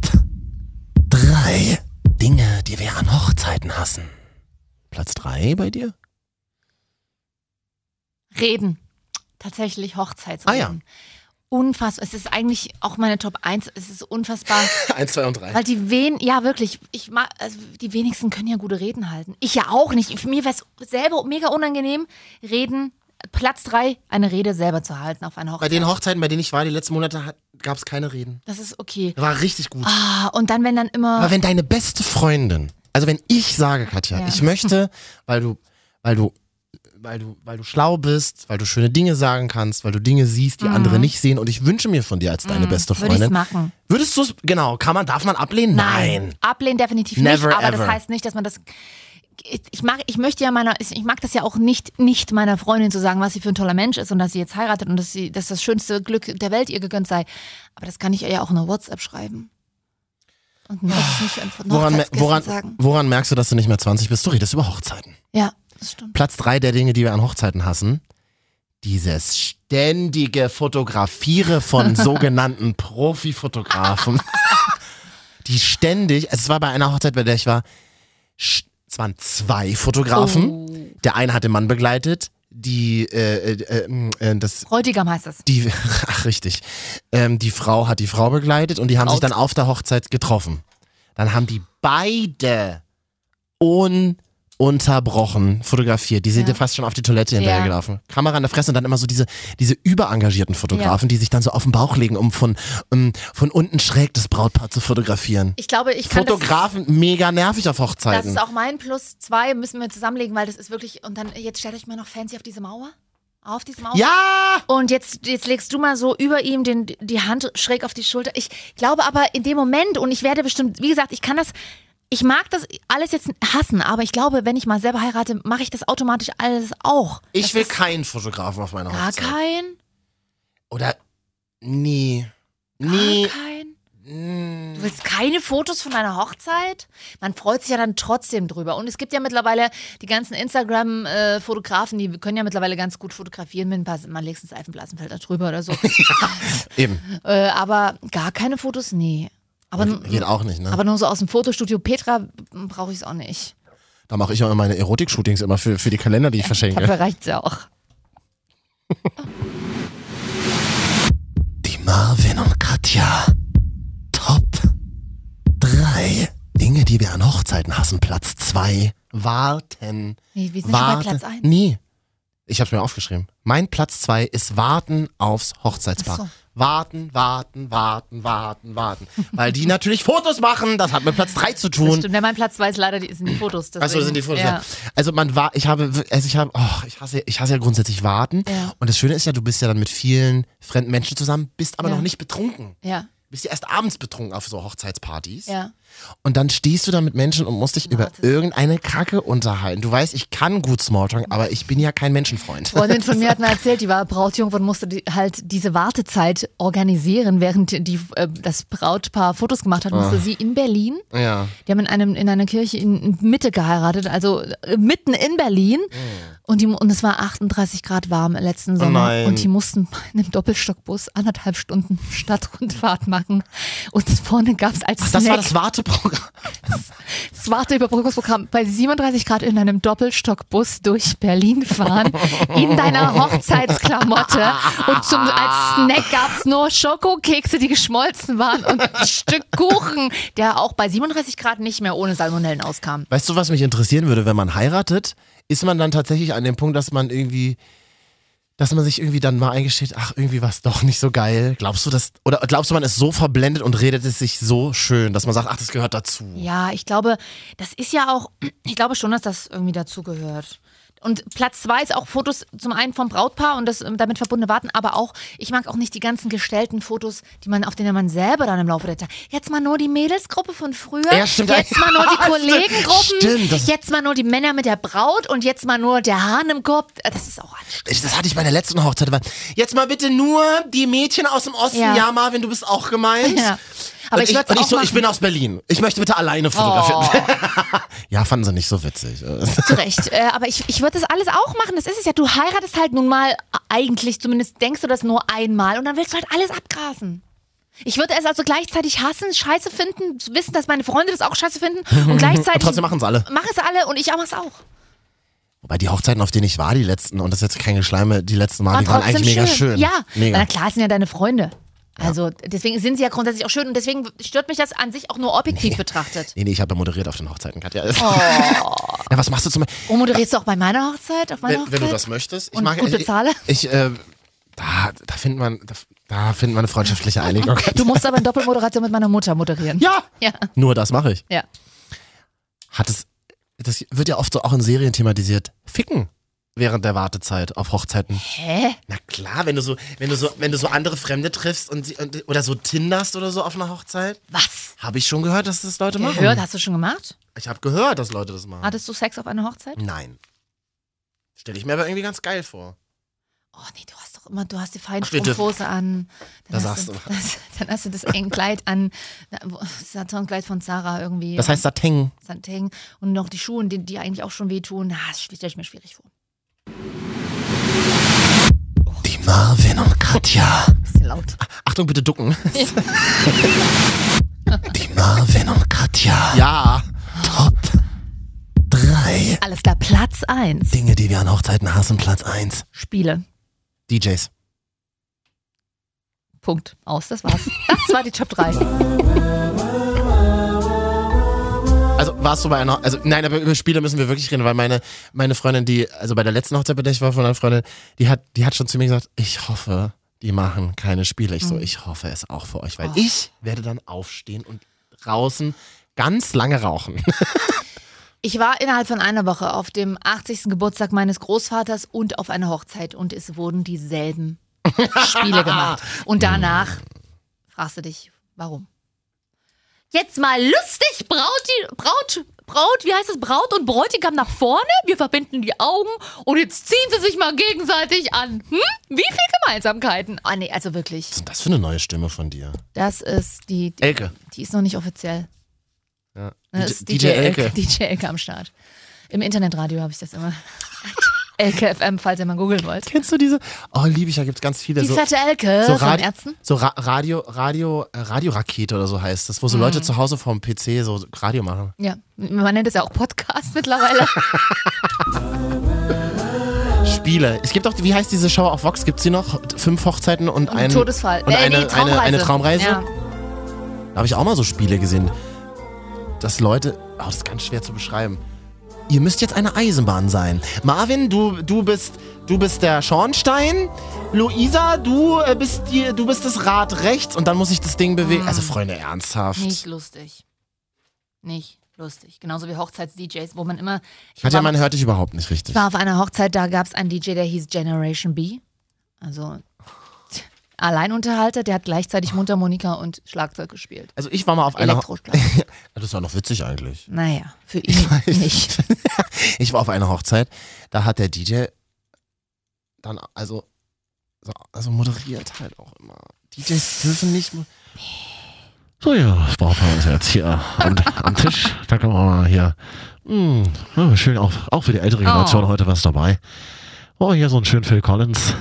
Speaker 1: drei Dinge, die wir an Hochzeiten hassen. Platz drei bei dir?
Speaker 2: Reden. Tatsächlich Hochzeitsreden.
Speaker 1: Ah, ja.
Speaker 2: Unfassbar. Es ist eigentlich auch meine Top 1. Es ist unfassbar.
Speaker 1: Eins, zwei und drei.
Speaker 2: Weil die wen, ja wirklich, ich ma- also die wenigsten können ja gute Reden halten. Ich ja auch nicht. Ich- Mir wäre es selber mega unangenehm, Reden, Platz drei, eine Rede selber zu halten auf einer
Speaker 1: Bei
Speaker 2: Hochzeit.
Speaker 1: den Hochzeiten, bei denen ich war, die letzten Monate, gab es keine Reden.
Speaker 2: Das ist okay.
Speaker 1: War richtig gut.
Speaker 2: Ah, und dann, wenn dann immer.
Speaker 1: Aber wenn deine beste Freundin, also wenn ich sage, Katja,
Speaker 2: Ja.
Speaker 1: ich möchte, weil du, weil du weil du, weil du schlau bist, weil du schöne Dinge sagen kannst, weil du Dinge siehst, die
Speaker 2: Mhm.
Speaker 1: andere nicht sehen. Und ich wünsche mir von dir als deine beste
Speaker 2: Würde ich
Speaker 1: Freundin.
Speaker 2: machen.
Speaker 1: Würdest du es, genau, kann man, darf man ablehnen? Nein.
Speaker 2: Ablehnen definitiv
Speaker 1: Never
Speaker 2: nicht, aber das
Speaker 1: ever.
Speaker 2: heißt nicht, dass man das. Ich, ich mag, ich möchte ja meiner, ich mag das ja auch nicht, nicht meiner Freundin zu sagen, was sie für ein toller Mensch ist und dass sie jetzt heiratet und dass sie, dass das schönste Glück der Welt ihr gegönnt sei. Aber das kann ich ihr ja auch in einer WhatsApp schreiben. Und mir muss es nicht einfach
Speaker 1: Woran, mer-
Speaker 2: woran,
Speaker 1: woran,
Speaker 2: sagen.
Speaker 1: woran merkst du, dass du nicht mehr 20 bist? Du redest über Hochzeiten.
Speaker 2: Ja, das stimmt.
Speaker 1: Platz drei der Dinge, die wir an Hochzeiten hassen. Dieses ständige Fotografiere von sogenannten Profifotografen. die ständig, also es war bei einer Hochzeit, bei der ich war, sch- es waren zwei Fotografen.
Speaker 2: Oh.
Speaker 1: Der eine hat den Mann begleitet, die, äh, äh, äh, äh, das,
Speaker 2: Bräutigam heißt das.
Speaker 1: die, ach richtig, ähm, die Frau hat die Frau begleitet und die haben sich
Speaker 2: Braut.
Speaker 1: dann auf der Hochzeit getroffen. Dann haben die beide ununterbrochen fotografiert. Die sind
Speaker 2: Ja.
Speaker 1: ja. fast schon auf die Toilette hinterhergelaufen. Kamera in der Fresse und dann immer so diese, diese überengagierten Fotografen, die sich dann so auf den Bauch legen, um von, ähm, von unten schräg das Brautpaar zu fotografieren.
Speaker 2: Ich glaube, ich kann das.
Speaker 1: Fotografen mega nervig auf
Speaker 2: Das
Speaker 1: Hochzeiten.
Speaker 2: ist auch mein Plus zwei, müssen wir zusammenlegen, weil das ist wirklich. Und dann, jetzt stellt euch mal noch fancy auf diese Mauer. Auf diese Mauer.
Speaker 1: ja!
Speaker 2: Und jetzt, jetzt legst du mal so über ihm den, die Hand schräg auf die Schulter. Ich glaube aber in dem Moment, und ich werde bestimmt, wie gesagt, ich kann das, ich mag das alles jetzt hassen, aber ich glaube, wenn ich mal selber heirate, mache ich das automatisch alles auch.
Speaker 1: Ich
Speaker 2: das
Speaker 1: will
Speaker 2: ist
Speaker 1: keinen Fotografen auf meiner
Speaker 2: Gar
Speaker 1: Hochzeit.
Speaker 2: kein?
Speaker 1: Oder nie.
Speaker 2: Gar
Speaker 1: Nie.
Speaker 2: kein?
Speaker 1: Mm.
Speaker 2: Du willst keine Fotos von deiner Hochzeit? Man freut sich ja dann trotzdem drüber. Und es gibt ja mittlerweile die ganzen Instagram-Fotografen, die können ja mittlerweile ganz gut fotografieren mit ein paar, man legt einen Seifenblasenfilter drüber oder so.
Speaker 1: Eben.
Speaker 2: äh, aber gar keine Fotos? Nee. Aber
Speaker 1: Geht auch nicht, ne?
Speaker 2: Aber nur so aus dem Fotostudio Petra brauche ich es auch nicht.
Speaker 1: da mache ich auch immer meine Erotik-Shootings immer für, für die Kalender, die ich verschenke.
Speaker 2: Dafür reicht es ja auch.
Speaker 1: Die Marvin und Katja. Top. Drei Dinge, die wir an Hochzeiten hassen. Platz zwei. Warten.
Speaker 2: Nee, wir sind
Speaker 1: warten.
Speaker 2: schon bei Platz 1.
Speaker 1: Nie. Ich hab's mir aufgeschrieben. Mein Platz zwei ist Warten aufs Hochzeitspaar.
Speaker 2: Ach so.
Speaker 1: Warten, warten, warten, warten, warten. Weil die natürlich Fotos machen. Das hat mit Platz drei zu
Speaker 2: Das
Speaker 1: tun.
Speaker 2: stimmt, ja, mein Platz zwei ist leider die, sind die Fotos.
Speaker 1: Achso, das
Speaker 2: deswegen-
Speaker 1: sind die Fotos.
Speaker 2: Ja.
Speaker 1: Ja. Also man war, ich habe, wir- also ich habe, oh, ich hasse, ich hasse ja grundsätzlich warten.
Speaker 2: Ja.
Speaker 1: Und das Schöne ist ja, du bist ja dann mit vielen fremden Menschen zusammen, bist aber
Speaker 2: Ja.
Speaker 1: noch nicht betrunken.
Speaker 2: ja,
Speaker 1: Bist ja erst abends betrunken auf so Hochzeitspartys.
Speaker 2: ja.
Speaker 1: Und dann stehst du da mit Menschen und musst dich
Speaker 2: wartest.
Speaker 1: über irgendeine Kacke unterhalten. Du weißt, ich kann gut Smalltalk, aber ich bin ja kein Menschenfreund.
Speaker 2: Freundin von mir hat mir erzählt, die war Brautjungfer und musste die, halt diese Wartezeit organisieren, während die, äh, das Brautpaar Fotos gemacht hat,
Speaker 1: Ah.
Speaker 2: musste sie in Berlin
Speaker 1: Ja.
Speaker 2: Die haben in, einem, in einer Kirche in Mitte geheiratet, also äh, mitten in Berlin.
Speaker 1: Hm.
Speaker 2: Und, die, mu- und es war 38 Grad warm letzten Sommer.
Speaker 1: Oh nein.
Speaker 2: Und die mussten bei einem Doppelstockbus anderthalb Stunden Stadtrundfahrt machen. Und vorne gab es als
Speaker 1: Ach, das war
Speaker 2: Snack
Speaker 1: das Warteprogramm.
Speaker 2: das Warteüberbrückungsprogramm bei 37 Grad in einem Doppelstockbus durch Berlin fahren, in deiner Hochzeitsklamotte. Und zum, als Snack gab es nur Schokokekse, die geschmolzen waren und ein Stück Kuchen, der auch bei 37 Grad nicht mehr ohne Salmonellen auskam.
Speaker 1: Weißt du, was mich interessieren würde, wenn man heiratet? Ist man dann tatsächlich an dem Punkt, dass man irgendwie, dass man sich irgendwie dann mal eingesteht, ach, irgendwie war es doch nicht so geil. Glaubst du das? Oder glaubst du, man ist so verblendet und redet es sich so schön, dass man sagt, ach, das gehört dazu?
Speaker 2: Ja, ich glaube, das ist ja auch, ich glaube schon, dass das irgendwie dazugehört. Und Platz zwei ist auch Fotos zum einen vom Brautpaar und das ähm, damit verbundene Warten, aber auch, ich mag auch nicht die ganzen gestellten Fotos, die man, auf denen man selber dann im Laufe der Zeit. Jetzt mal nur die Mädelsgruppe von früher,
Speaker 1: Ja, stimmt.
Speaker 2: jetzt mal nur die
Speaker 1: Stimmt.
Speaker 2: Kollegengruppen,
Speaker 1: Stimmt, das-
Speaker 2: jetzt mal nur die Männer mit der Braut und jetzt mal nur der Hahn im Korb. Das ist auch anstrengend.
Speaker 1: Das hatte ich bei der letzten Hochzeit. weil Jetzt mal bitte nur die Mädchen aus dem Osten.
Speaker 2: Ja.
Speaker 1: Ja, Marvin, du bist auch gemeint.
Speaker 2: Ja. Aber
Speaker 1: und
Speaker 2: ich,
Speaker 1: ich,
Speaker 2: würd's
Speaker 1: und ich,
Speaker 2: auch
Speaker 1: so,
Speaker 2: machen. Oh.
Speaker 1: ich bin aus Berlin. Ich möchte bitte alleine fotografieren. ja, fanden sie nicht so witzig.
Speaker 2: Zu Recht. Äh, aber ich, ich würde das alles auch machen. Das ist es ja. Du heiratest halt nun mal eigentlich, zumindest denkst du das nur einmal und dann willst du halt alles abgrasen. Ich würde es also gleichzeitig hassen, scheiße finden, wissen, dass meine Freunde das auch scheiße finden und
Speaker 1: Und
Speaker 2: gleichzeitig.
Speaker 1: trotzdem machen es alle.
Speaker 2: Mach es alle und ich auch mach's auch.
Speaker 1: Wobei die Hochzeiten, auf denen ich war, die letzten, und das ist jetzt kein Geschleime, die letzten Mal,
Speaker 2: War
Speaker 1: Ah, die waren
Speaker 2: trotzdem
Speaker 1: eigentlich mega schön.
Speaker 2: Ja, na
Speaker 1: Mega.
Speaker 2: klar, es sind ja deine Freunde. Also deswegen sind sie ja grundsätzlich auch schön und deswegen stört mich das an sich auch nur objektiv betrachtet.
Speaker 1: Nee, nee, ich habe ja moderiert auf den Hochzeiten, Katja.
Speaker 2: Oh.
Speaker 1: Na, was machst du zum
Speaker 2: Und moderierst du auch bei meiner Hochzeit? Auf meiner
Speaker 1: wenn,
Speaker 2: Hochzeit?
Speaker 1: wenn du das möchtest. Ich
Speaker 2: Und
Speaker 1: mag
Speaker 2: gut
Speaker 1: ich-
Speaker 2: bezahle?
Speaker 1: Ich, äh, da, da findet man, da, da findet man eine freundschaftliche Einigung.
Speaker 2: du musst aber in Doppelmoderation mit meiner Mutter moderieren.
Speaker 1: ja!
Speaker 2: Ja.
Speaker 1: Nur das mache ich.
Speaker 2: Ja.
Speaker 1: Hat es, das wird ja oft so auch in Serien thematisiert. Ficken. während der Wartezeit auf Hochzeiten.
Speaker 2: Hä?
Speaker 1: Na klar, wenn du so, wenn du so, wenn du so andere Fremde triffst und, sie- und oder so tinderst oder so auf einer Hochzeit,
Speaker 2: Was?
Speaker 1: habe ich schon gehört, dass das Leute machen.
Speaker 2: Gehört? Hast du schon gemacht?
Speaker 1: Ich habe gehört, dass Leute das machen.
Speaker 2: Hattest du Sex auf einer Hochzeit?
Speaker 1: Nein. Stelle ich mir aber irgendwie ganz geil vor.
Speaker 2: Oh nee, du hast doch immer, du hast die feinen
Speaker 1: Ach, wir dürfen-
Speaker 2: Strumpfhose an.
Speaker 1: Da
Speaker 2: Dann
Speaker 1: sagst
Speaker 2: hast, du,
Speaker 1: du
Speaker 2: das, dann hast du das enge Kleid an. Na, wo- Das Satin-Kleid von Sarah irgendwie.
Speaker 1: Das heißt Sateng.
Speaker 2: Satin. Und noch die Schuhe, die, die eigentlich auch schon wehtun. Na, das stelle ich mir schwierig vor.
Speaker 1: Die Marvin und Katja.
Speaker 2: Bisschen laut.
Speaker 1: Achtung, bitte ducken. Die Marvin und Katja. Ja. Top 3
Speaker 2: Alles klar, Platz 1.
Speaker 1: Dinge, die wir an Hochzeiten hassen. Platz 1.
Speaker 2: Spiele.
Speaker 1: DJs.
Speaker 2: Punkt. Aus, das war's. Das war die Top 3.
Speaker 1: Also warst du bei einer, also nein, aber über Spiele müssen wir wirklich reden, weil meine, meine Freundin, die, also bei der letzten Hochzeit, bei der ich war von einer Freundin, die hat, die hat schon zu mir gesagt, ich hoffe, die machen keine Spiele. Ich so, ich hoffe es auch für euch, weil
Speaker 2: Oh.
Speaker 1: ich werde dann aufstehen und draußen ganz lange rauchen.
Speaker 2: Ich war innerhalb von einer Woche auf dem 80. Geburtstag meines Großvaters und auf einer Hochzeit und es wurden dieselben Spiele gemacht. Und danach fragst du dich, warum? Jetzt mal lustig, Braut, Braut, Braut, wie heißt es? Braut und Bräutigam nach vorne. Wir verbinden die Augen und jetzt ziehen sie sich mal gegenseitig an. Hm? Wie viel Gemeinsamkeiten? Ah, nee, also wirklich.
Speaker 1: Was ist denn das für eine neue Stimme von dir?
Speaker 2: Das ist die, die,
Speaker 1: Elke.
Speaker 2: die ist noch nicht offiziell.
Speaker 1: Ja. DJ,
Speaker 2: Ne, ist
Speaker 1: DJ Elke.
Speaker 2: DJ Elke am Start. Im Internetradio habe ich das immer. Elke FM, falls ihr mal googeln wollt.
Speaker 1: Kennst du diese? Oh, liebe ich, da gibt's ganz viele.
Speaker 2: Die
Speaker 1: so,
Speaker 2: fette Elke
Speaker 1: Also, so
Speaker 2: von
Speaker 1: Radi-
Speaker 2: Ärzten.
Speaker 1: So Ra Radio, Radio, äh, Radiorakete oder so heißt das, wo so Leute zu Hause vorm PC so Radio machen.
Speaker 2: Ja, man nennt es ja auch Podcast mittlerweile.
Speaker 1: Spiele. Es gibt auch, wie heißt diese Show auf Vox? Gibt's die noch? Fünf Hochzeiten und ein.
Speaker 2: Todesfall. Äh,
Speaker 1: Und eine, Eine, eine Traumreise.
Speaker 2: Ja.
Speaker 1: Da habe ich auch mal so Spiele gesehen, dass Leute. Oh, das ist ganz schwer zu beschreiben. Ihr müsst jetzt eine Eisenbahn sein. Marvin, du, du, bist, du bist der Schornstein. Luisa, du äh, bist die, du bist das Rad rechts und dann muss ich das Ding
Speaker 2: Hm.
Speaker 1: bewegen. Also Freunde, ernsthaft.
Speaker 2: Nicht lustig. Nicht lustig. Genauso wie Hochzeits-DJs, wo man immer. Ich
Speaker 1: Hat ja
Speaker 2: war-
Speaker 1: man hört dich überhaupt nicht
Speaker 2: Ich
Speaker 1: richtig.
Speaker 2: war auf einer Hochzeit, da gab es einen DJ, der hieß Generation B. Also tch, Alleinunterhalter, der hat gleichzeitig Mundharmonika und Schlagzeug gespielt.
Speaker 1: Also ich war mal auf einer.
Speaker 2: Elektroschlagzeug.
Speaker 1: Das ist ja noch witzig eigentlich.
Speaker 2: Naja, für ihn Hm, nicht.
Speaker 1: ich war auf einer Hochzeit, da hat der DJ dann, also, so- also moderiert halt auch immer. DJs dürfen nicht. mo-
Speaker 6: So, ja, was brauchen wir uns jetzt hier am, am Tisch? Da können wir mal hier. Hm, ja, schön, auch, auch für die ältere Generation
Speaker 2: Oh.
Speaker 6: heute was dabei. Oh, hier so einen schönen Phil Collins.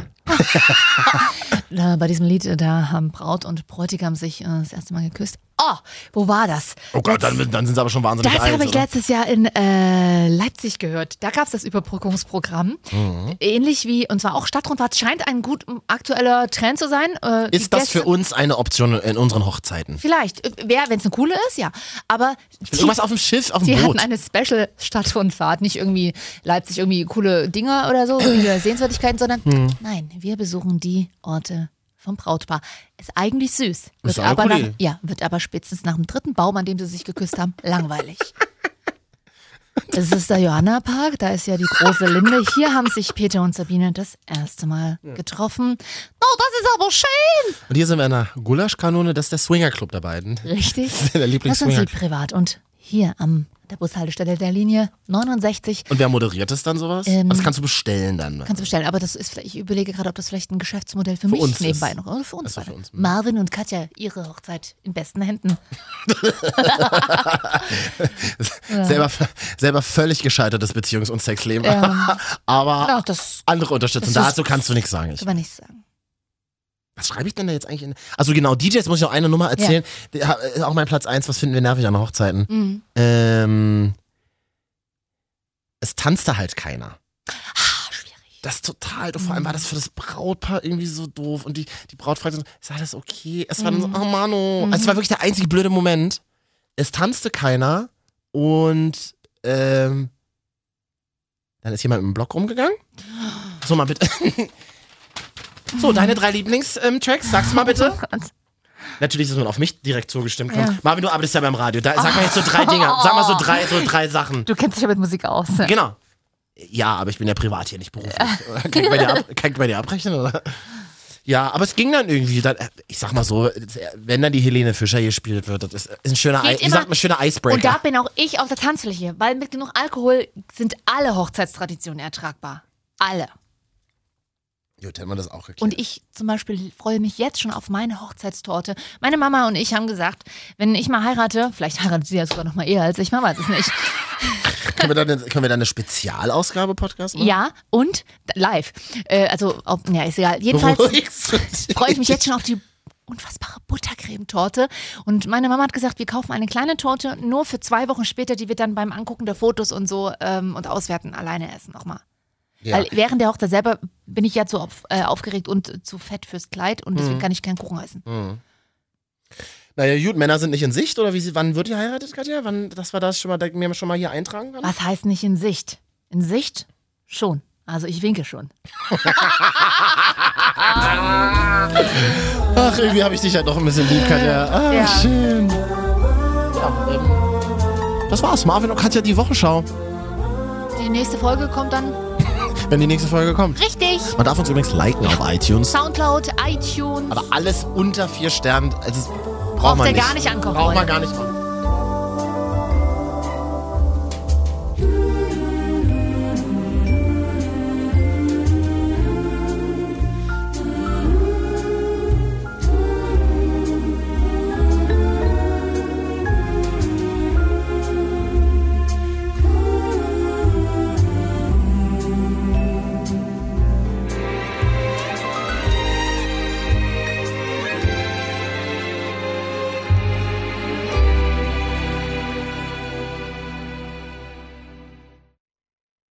Speaker 2: Da, bei diesem Lied, äh, da haben Braut und Bräutigam sich äh, das erste Mal geküsst. Oh, wo war das?
Speaker 1: Oh Gott, dann, dann sind sie aber schon wahnsinnig
Speaker 2: Das
Speaker 1: alt.
Speaker 2: habe ich
Speaker 1: oder?
Speaker 2: letztes Jahr in äh, Leipzig gehört. Da gab es das Überbrückungsprogramm.
Speaker 1: Mhm.
Speaker 2: Ähnlich wie, und zwar auch Stadtrundfahrt, scheint ein gut m, aktueller Trend zu sein. Äh, die
Speaker 1: Ist das
Speaker 2: Gäste-
Speaker 1: für uns eine Option in unseren Hochzeiten?
Speaker 2: Vielleicht. Äh, Wer, wenn es eine coole ist, ja. Aber
Speaker 1: Ich will irgendwas auf dem Schiff, auf
Speaker 2: Die
Speaker 1: dem
Speaker 2: hatten
Speaker 1: Boot.
Speaker 2: eine Special-Stadtrundfahrt, nicht irgendwie Leipzig, irgendwie coole Dinger oder so, irgendwie Sehenswürdigkeiten, sondern
Speaker 1: Hm.
Speaker 2: nein, wir besuchen die Orte vom Brautpaar. Ist eigentlich süß, wird,
Speaker 1: eine
Speaker 2: aber,
Speaker 1: coole
Speaker 2: nach,
Speaker 1: Idee.
Speaker 2: ja, wird aber spätestens nach dem dritten Baum, an dem sie sich geküsst haben, langweilig. Es ist der Johanna Park, da ist ja die große Linde. Hier haben sich Peter und Sabine das erste Mal getroffen. Oh, das ist aber schön!
Speaker 1: Und hier sind wir in einer Gulaschkanone, das ist der Swingerclub der beiden.
Speaker 2: Richtig.
Speaker 1: Der
Speaker 2: Das sind sie
Speaker 1: Lieblingsswinger.
Speaker 2: privat und hier am der Bushaltestelle der Linie 69
Speaker 1: Und wer moderiert das dann sowas? Also
Speaker 2: Ähm,
Speaker 1: das kannst du bestellen dann.
Speaker 2: Kannst du bestellen, aber das ist vielleicht, ich überlege gerade, ob das vielleicht ein Geschäftsmodell für, mich
Speaker 1: uns
Speaker 2: nebenbei
Speaker 1: ist.
Speaker 2: noch oder für uns,
Speaker 1: Also für
Speaker 2: beide.
Speaker 1: uns, hm.
Speaker 2: Marvin und Katja, ihre Hochzeit in besten Händen.
Speaker 1: selber, selber völlig gescheitertes Beziehungs- und Sexleben.
Speaker 2: Ähm,
Speaker 1: aber
Speaker 2: Ja, das
Speaker 1: andere unterstützen.
Speaker 2: Das ist-
Speaker 1: Dazu kannst du nichts sagen. Ich,
Speaker 2: kann man nicht sagen.
Speaker 1: was schreibe ich denn da jetzt eigentlich? In, also genau, DJs muss ich noch eine Nummer erzählen. Die- ha- äh, Auch mein Platz 1, was finden wir nervig an Hochzeiten?
Speaker 2: Mhm.
Speaker 1: Ähm, es tanzte halt keiner.
Speaker 2: Ah, schwierig.
Speaker 1: Das ist total doof. Vor allem war das für das Brautpaar irgendwie so doof. Und die, die Braut fragte, so, ist alles okay? Es war dann so,
Speaker 2: Mhm.
Speaker 1: oh Mano. Also es war wirklich der einzige blöde Moment. Es tanzte keiner und ähm, dann ist jemand im Block rumgegangen. So, mal bitte. So, deine drei Lieblingstracks, ähm, sag's mal bitte.
Speaker 2: Oh Gott.
Speaker 1: Natürlich ist man auf mich direkt zugestimmt. Komm,
Speaker 2: Ja.
Speaker 1: Marvin, du arbeitest ja beim Radio. Da, sag mal jetzt so drei Dinger. Sag mal so drei, so drei Sachen.
Speaker 2: Du kennst dich ja mit Musik aus. ne?
Speaker 1: Genau. Ja, aber ich bin ja privat hier, nicht beruflich. Oder? Kann, ich bei dir ab, kann ich bei dir abrechnen, oder? Ja, aber es ging dann irgendwie. Dann, äh, ich sag mal so, wenn dann die Helene Fischer gespielt wird, das ist ein schöner,
Speaker 2: Geht
Speaker 1: Ei- wie
Speaker 2: immer-
Speaker 1: sagt man, schöner Icebreaker.
Speaker 2: Und da bin auch ich auf der Tanzfläche, weil mit genug Alkohol sind alle Hochzeitstraditionen ertragbar. Alle.
Speaker 1: Gut, hätten wir das auch geklärt.
Speaker 2: Und ich zum Beispiel freue mich jetzt schon auf meine Hochzeitstorte. Meine Mama und ich haben gesagt, wenn ich mal heirate, vielleicht heiratet sie ja sogar noch mal eher als ich, man weiß es nicht.
Speaker 1: können, wir dann, eine- können wir dann eine Spezialausgabe Podcast machen?
Speaker 2: Ja, und live. Äh, also, auf, ja, ist egal. Jedenfalls
Speaker 1: Beruhigst du dich?
Speaker 2: freue ich mich jetzt schon auf die unfassbare Buttercremetorte. Und meine Mama hat gesagt, wir kaufen eine kleine Torte nur für zwei Wochen später, die wir dann beim Angucken der Fotos und so ähm, und auswerten alleine essen nochmal.
Speaker 1: Ja.
Speaker 2: Weil während der Hochzeit selber bin ich ja zu auf, äh, aufgeregt und äh, zu fett fürs Kleid und deswegen kann ich keinen Kuchen essen.
Speaker 1: Mhm. Naja, gut, Männer sind nicht in Sicht, oder wie sie, wann wird ihr heiratet, Katja? Wann, dass wir das schon mal, da- mir schon mal hier eintragen können?
Speaker 2: Was heißt nicht in Sicht? In Sicht? Schon. Also ich winke schon.
Speaker 1: Ach, irgendwie habe ich dich ja doch ein bisschen lieb, Katja. Ah,
Speaker 2: Ja.
Speaker 1: schön. Ja, ähm, das war's, Marvin und Katja, die Wochenschau.
Speaker 2: Die nächste Folge kommt dann
Speaker 1: Wenn die nächste Folge kommt.
Speaker 2: richtig.
Speaker 1: Man darf uns übrigens liken auf iTunes.
Speaker 2: Soundcloud, iTunes.
Speaker 1: Aber alles unter vier Sternen, also das braucht
Speaker 2: Braucht
Speaker 1: man
Speaker 2: ihr
Speaker 1: nicht.
Speaker 2: gar nicht ankommen
Speaker 1: Braucht man gar
Speaker 2: wollen.
Speaker 1: nicht. ankommen.